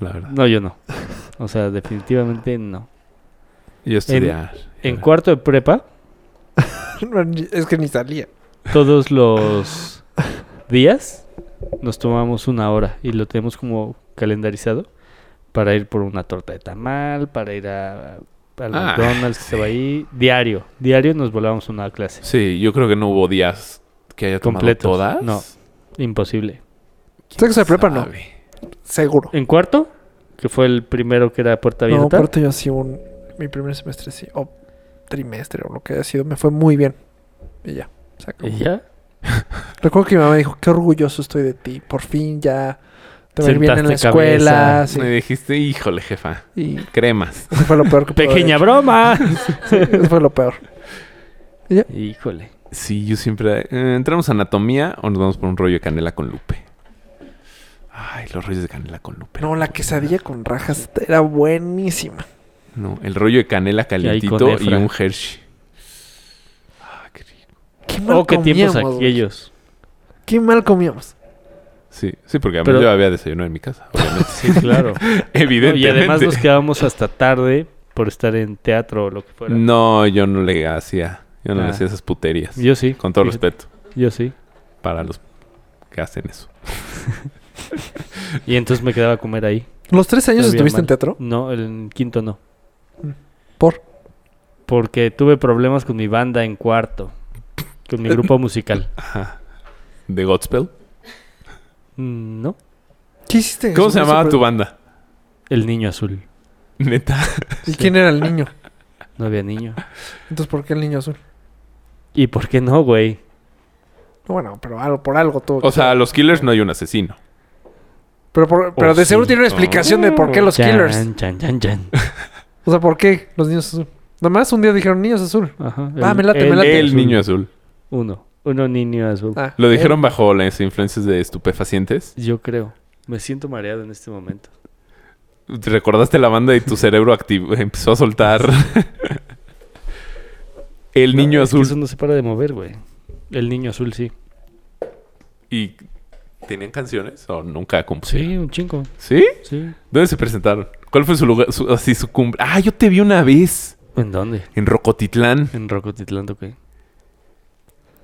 la verdad. No, yo no. O sea, definitivamente no. Yo a estudiar. En cuarto de prepa, es que ni salía. todos los días nos tomamos una hora y lo tenemos como calendarizado para ir por una torta de tamal, para ir a, al Ah, McDonald's que se va ahí. Diario, diario nos volábamos una clase. Sí, yo creo que no hubo días que haya tomado Completos, todas. no. Imposible. Sexo de prepa, no. Sabe. Seguro. En cuarto, que fue el primero que era puerta No, abierta, aparte yo sí un... Mi primer semestre sí, o trimestre o lo que haya sido, me fue muy bien. Y ya, se acabó. y ya Recuerdo que mi mamá dijo, qué orgulloso estoy de ti, por fin ya te va a ir bien en la Sentaste escuela. cabeza. Ah, sí. Me dijiste, híjole, jefa, Y cremas. eso fue lo peor que pude haber pequeña broma. hecho. Eso fue lo peor. Híjole. Sí, yo siempre... eh, ¿Entramos a anatomía o nos vamos por un rollo de canela con lupe? Ay, los rollos de canela con lupe. No, la quesadilla con rajas era buenísima. No, el rollo de canela hay calientito con y Efra. un Hershey. Ah, qué rico. Qué mal Oh, qué tiempos comíamos, güey. aquellos. Qué mal comíamos. Sí, sí, porque además Pero- yo había desayunado en mi casa, obviamente. Sí, claro. No, Evidentemente. y además nos quedábamos hasta tarde por estar en teatro o lo que fuera. No, yo no le hacía. Yo no Ah. le hacía esas puterías. Yo sí. Con todo fíjate, respeto Yo sí. para los que hacen eso. Y entonces me quedaba a comer ahí. ¿Los tres años Todavía estuviste mal. en teatro? No, el quinto no. ¿Por? Porque tuve problemas con mi banda en cuarto. Con mi grupo musical. Ajá. ¿De Godspell? Mm, No. ¿Qué hiciste? ¿Cómo se Eso me llamaba tu sorprendió. banda? El niño azul. Neta. ¿Y quién era el niño? No había niño. Entonces, ¿por qué el niño azul? ¿Y por qué no, güey? No, Bueno, pero algo, por algo todo. O sea, a los killers no hay un asesino. Pero, por- pero Oh, de sí. seguro tiene una Ah. explicación de por qué los Chan, killers. chan, chan, chan. O sea, ¿por qué los niños azul? Nada más un día dijeron niños azul. Ajá, Ah, el- me late, me late. El niño azul. Uno. Uno niño azul. Ah, Lo eh, dijeron bajo las influencias de estupefacientes. Yo creo. Me siento mareado en este momento. Te recordaste la banda y tu cerebro activ- empezó a soltar. El niño Es que azul. Eso no se para de mover, güey. El niño azul, sí. ¿Y tenían canciones o nunca Sí, compusieron? un chingo. ¿Sí? Sí. ¿Dónde se presentaron? ¿Cuál fue su lugar, su- así su cumbre? Ah, yo te vi una vez ¿En dónde? en Rocotitlán. En Rocotitlán, ok.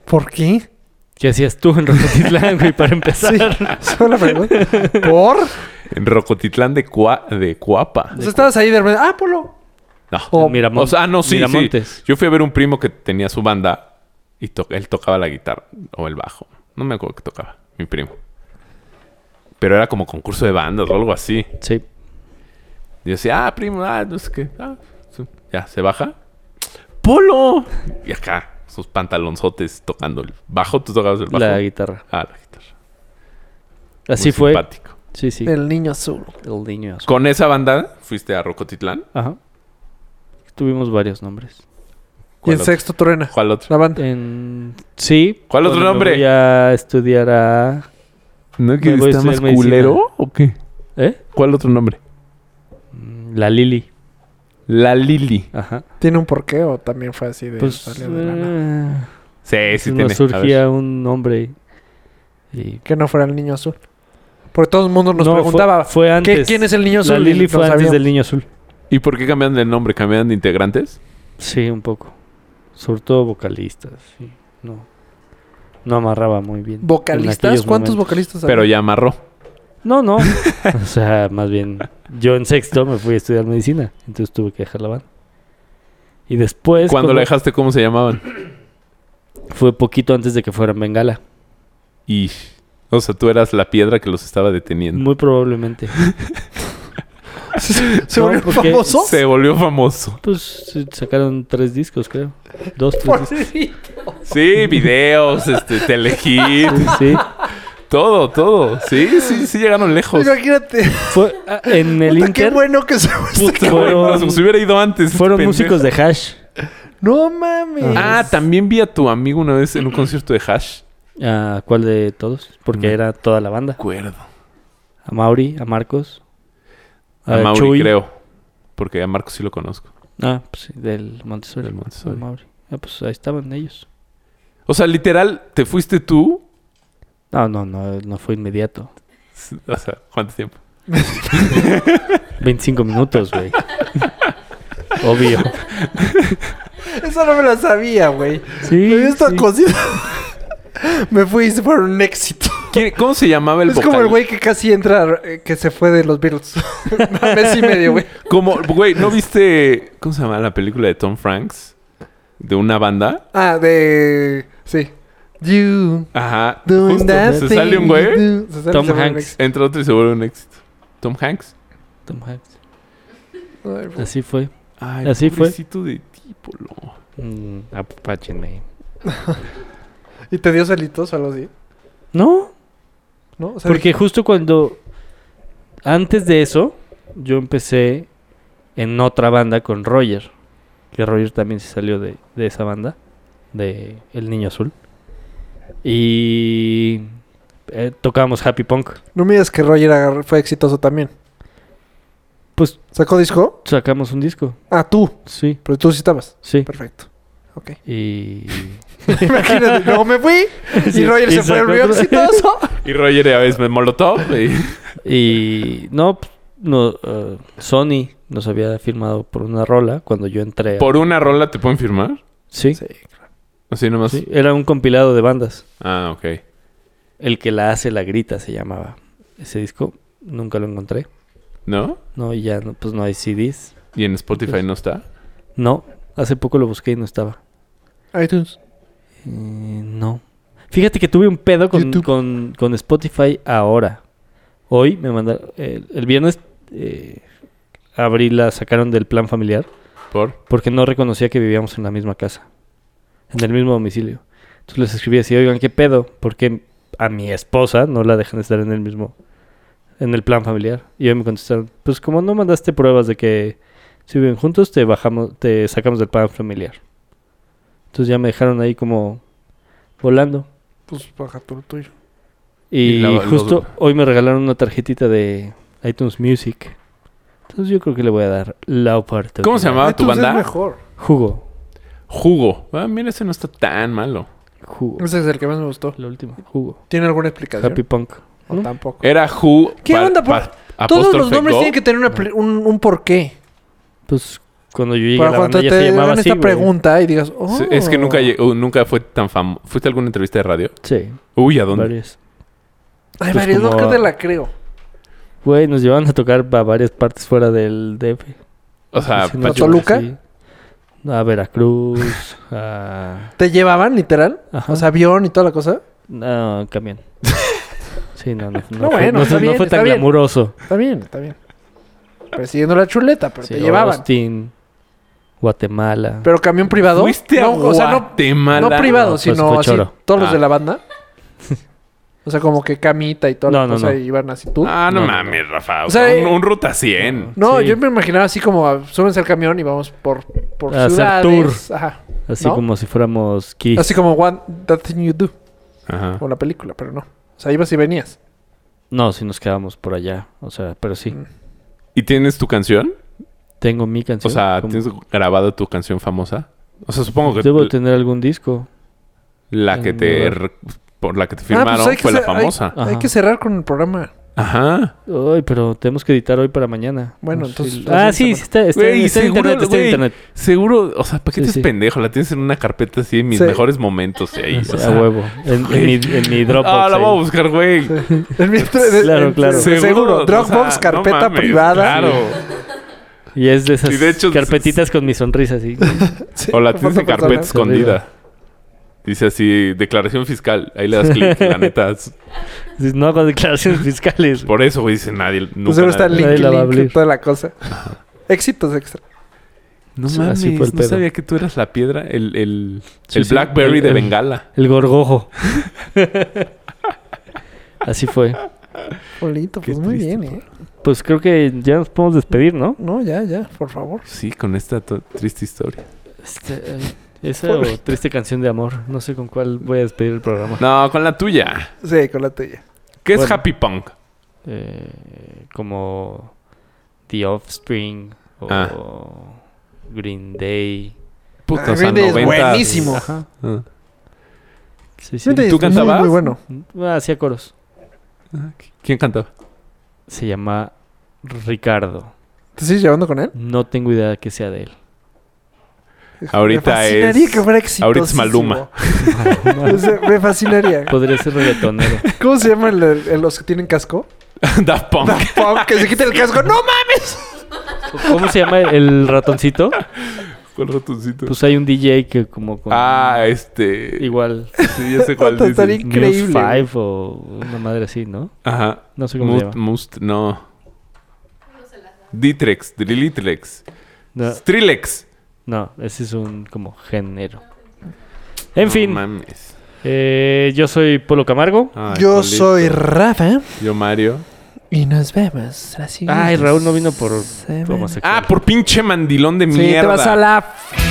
¿Por qué? ¿Qué hacías tú en Rocotitlán, güey, para empezar? Sí, solo la pregunta. ¿Por? O En Rocotitlán de, Cua- de Cuapa. sea, estabas ahí de repente. Ah, Polo. No. O- Miramon- O sea, ah, no, sí, Miramontes. sí. Yo fui a ver un primo que tenía su banda y to- él tocaba la guitarra o el bajo. No me acuerdo qué tocaba, mi primo. Pero era como concurso de bandas o algo así. Sí. Y yo decía, ah, primo, ah, no sé qué. ah, sí. Ya, se baja. ¡Polo! Y acá, sus pantalonzotes tocando el bajo. ¿Tú tocabas el bajo? La guitarra. Ah, la guitarra. Así Muy fue. simpático. Sí, sí. El, El niño azul. niño azul. Con esa banda fuiste a Rocotitlán. Ajá. Tuvimos varios nombres. Y ¿Cuál el otro? sexto truena. ¿Cuál otro? La banda. En... Sí. ¿Cuál otro cuando nombre? Voy a estudiar a... ¿No que Me voy a está más estudiar medicina. culero o qué? ¿Eh? ¿Cuál otro nombre? Mm, La Lili. La Lili. Ajá. ¿Tiene un porqué o también fue así de Pues... salió de la nada? eh, Sí, sí nos tiene. A ver. surgía un nombre. Y... Que no fuera el niño azul. Porque todo el mundo nos No, fue- preguntaba. Fue, ¿qué- antes. ¿Quién es el niño azul? La Y Lili lo fue antes sabíamos. del Niño Azul. ¿Y por qué cambiaron de nombre? ¿Cambiaron de integrantes? Sí, un poco. Sobre todo vocalistas. sí. No. No amarraba muy bien. en ¿Vocalistas? aquellos ¿Cuántos momentos. vocalistas Pero ya amarró. No, no. o sea, más bien, yo en sexto me fui a estudiar medicina. Entonces tuve que dejar la banda. Y después. Cuando como- la dejaste, ¿cómo se llamaban? Fue poquito antes de que fueran Bengala. Y. O sea, tú eras la piedra que los estaba deteniendo. Muy probablemente. ¿Se No, volvió porque- famoso? Se volvió famoso. Pues sí, sacaron tres discos, creo. Dos, tres discos. Pobrecito. Sí, videos, este, telehit, Sí. todo, todo. Sí, sí, sí llegaron lejos. Imagínate. Fue ah, en el Puta, Qué Inter. bueno que se Puta, Este güey, fueron- nos hubiera ido antes. este Fueron pendejo. músicos de Hash. este- No mames. Ah, también vi a tu amigo una vez en un concierto de Hash. ¿A cuál de todos? Porque No. era toda la banda. Acuerdo. A Mauri, a Marcos. A eh, Mauri, Chuy. creo. Porque a Marco sí lo conozco. Ah, pues sí, del Montessori. Del Montessori. a Mauri. Ah, pues ahí estaban ellos. O sea, literal, te fuiste tú. No, no, no, no fue inmediato. O sea, ¿cuánto tiempo? 25 minutos, güey. Obvio. Eso no me lo sabía, güey. Sí. Me había estado cosido. Me fui y se fueron un éxito. ¿Quién- ¿Cómo se llamaba el es como vocal? el güey que casi entra, eh, que se fue de los Beatles. Un mes y medio, güey. Como, güey, ¿no viste. ¿Cómo se llama la película de Tom Franks? De una banda. Ah, de. Sí. You. Ajá. Doing justo, that se thing sale un güey. you do. Se sale, Tom se vuelve un Hanks. éxito. Entra otro y se vuelve un éxito. ¿Tom Hanks? Tom Hanks. Ay, güey. Así fue. Ay, Así fue. pobrecito de ti, Polo. Mm, apapáchenme. ¿Y te dio celitos o algo así? No, ¿No? O sea, porque justo cuando... Antes de eso, yo empecé en otra banda con Roger. Que Roger también se salió de, de esa banda. De El Niño Azul. Y... eh, tocábamos Happy Punk. No me digas que Roger agarró- fue exitoso también. Pues ¿Sacó disco? sacamos un disco. Ah, tú. Sí, Pero tú sí estabas. sí. Perfecto. Ok. Y... Imagínate, luego me fui y Sí, Roger y se fue sacó volvió otro. exitoso. Y Roger ya ves, me molotov. Y... Y no, p- no eh, Sony nos había firmado por una rola cuando yo entré. a- ¿Por una rola te pueden firmar? Sí, Sí. Así nomás. sí, era un compilado de bandas. Ah, ok. El que la hace la grita se llamaba ese disco. Nunca lo encontré. ¿No? No, y ya no, pues no hay CDs. ¿Y en Spotify no está? No, hace poco lo busqué y no estaba. iTunes. Eh, no. Fíjate que tuve un pedo con, YouTube. con, con Spotify ahora. Hoy me mandaron... El, el viernes eh, abrí la sacaron del plan familiar. ¿Por? porque no reconocía que vivíamos en la misma casa, en el mismo domicilio. Entonces les escribí así, oigan, ¿qué pedo? Porque a mi esposa no la dejan estar en el mismo, en el plan familiar. Y ellos me contestaron, pues como no mandaste pruebas de que si viven juntos, te bajamos, te sacamos del plan familiar. Entonces ya me dejaron ahí como volando. Pues baja tú el tuyo. Y, Y la- justo los- hoy me regalaron una tarjetita de iTunes Music. Entonces yo creo que le voy a dar la oportunidad. ¿Cómo se llamaba tu iTunes es banda? mejor. Jugo. Jugo. Ah, mira, ese no está tan malo. Jugo. Ese es el que más me gustó. La última. Jugo. ¿Tiene alguna explicación? Happy Eh, Punk. O ¿no? tampoco. Era Ju. ¿Qué pa- onda? Por- pa- Todos los apóstrofe nombres Go. tienen que tener una pl- un, un porqué. Pues cuando yo llegué a Para la cuando banda te ya se llamaba hagan así. esta güey. pregunta y digas, oh. Sí, Es que nunca, lle- uh, nunca fue tan famoso. ¿Fuiste a alguna entrevista de radio? Sí, Uy, ¿a dónde? varias. pues, Ay, "Oh, Mario, no como- creo que te la creo. Güey, nos llevaban a tocar a varias partes fuera del DF. O sea, Sí, Pachuca. nos- Toluca? sí. A Veracruz, a... ¿Te llevaban, literal? Ajá. O sea, avión y toda la cosa. No, camión. Sí, no, no, no, No, fue, bueno, no, está no bien, fue está tan bien. glamuroso. Está bien, está bien. Persiguiendo la chuleta, pero Sí, te llevaban. Austin, Guatemala. ¿Pero camión privado? ¿Fuiste a no, o sea, no, Guatemala? no privado, No, pues, sino fue así. choro. Todos Ah. los de la banda. O sea, como que camita y toda la No, no, cosa no. y iban así tú. Ah, no, No, no, mames, Rafa. O sea, un, eh, un ruta 100. no, sí. yo me imaginaba así como ah, súbense al camión y vamos por, por A hacer ciudades. Ajá. Así ¿No? como si fuéramos Kiss. Así como One, That Thing You Do, Ajá. o la película, pero no. O sea, ibas y venías. No, si nos quedamos por allá. O sea, pero sí. ¿Y tienes tu canción? Tengo mi O canción. sea, como- ¿tienes grabada tu canción famosa? O sea, supongo que Debo tener algún disco. la que te r- por la que te firmaron pues hay que fue la cer- hay- famosa. Ah. Hay Ajá. que cerrar con el programa. Ay. Ay, pero tenemos que editar hoy para mañana. Bueno, No sé entonces, si- la Ah, sí, siguiente sí está, está- Güey, está en seguro, internet. Está en güey. internet. Seguro, o sea, ¿para Sí, qué te es sí. pendejo? La tienes en una carpeta así, mis Sí. mejores momentos ahí. o Sí, sea. a huevo. En, en mi, en mi Dropbox. Ah, la ahí. voy a buscar, güey. El mío- Claro, claro. Seguro. o Dropbox, sea, carpeta no mames, privada. Claro. Y es de esas Y de hecho, carpetitas con mi sonrisa así. Sí, O la por tienes en falta personal. carpeta escondida. Dice así, declaración fiscal. Ahí le das clic, la neta. es- Dices, No hago declaraciones fiscales. Por eso, güey, dice nadie. Nunca Pues seguro está el nadie- Nadie link, la va a link, abrir. toda la cosa. Éxitos extra. No Sí, mames, así fue el no pedo. sabía que tú eras la piedra, el, el, Sí, el sí, Blackberry el- de el- Bengala. El gorgojo. así fue. Bonito, pues Qué muy triste, bien, ¿eh? Pues creo que ya nos podemos despedir, ¿no? No, ya, ya, por favor. Sí, con esta to- triste historia. Este, eh, esa o triste canción de amor. No sé con cuál voy a despedir el programa. No, con la tuya. Sí, con la tuya. ¿Qué es Bueno. Happy Punk? Eh, como The Offspring o Ah. Green Day. Puta, Ah, o sea, Green Day es 90s. buenísimo. Ajá. Ah. Sí, sí. Vente, ¿Tú es muy, cantabas? Muy bueno. Ah, Hacía coros. Ah, ¿qu- ¿Quién cantaba? Se llama Ricardo. ¿Te sigues llevando con él? No tengo idea que sea de él. Ahorita me fascinaría es- que fuera exitosísimo. ahorita es Maluma. Pues O sea, me fascinaría. Podría ser reggaetonero. ¿Cómo se llaman el- el- los que tienen casco? Daft Punk. Daft Punk, que se quita el casco. ¡No mames! ¿Cómo se llama el- el ratoncito? ¿Cuál ratoncito? Pues hay un DJ que como con... ah, este. Igual. Sí, ya sé cuál Puta, estaría dices. Increíble, Muse güey. 5 o una madre así, ¿no? Ajá. No sé cómo se Must, llama. must, no. Ditrex, Dilitrex. No, Strilex. no, ese es un como género. En fin, No mames. eh, yo soy Polo Camargo. Ay, Yo Polito. soy Rafa Yo Mario. y nos vemos. la siguiente Ay, Raúl no vino por semana. homosexual. Ah, por pinche mandilón de Sí, mierda. te vas a la... f-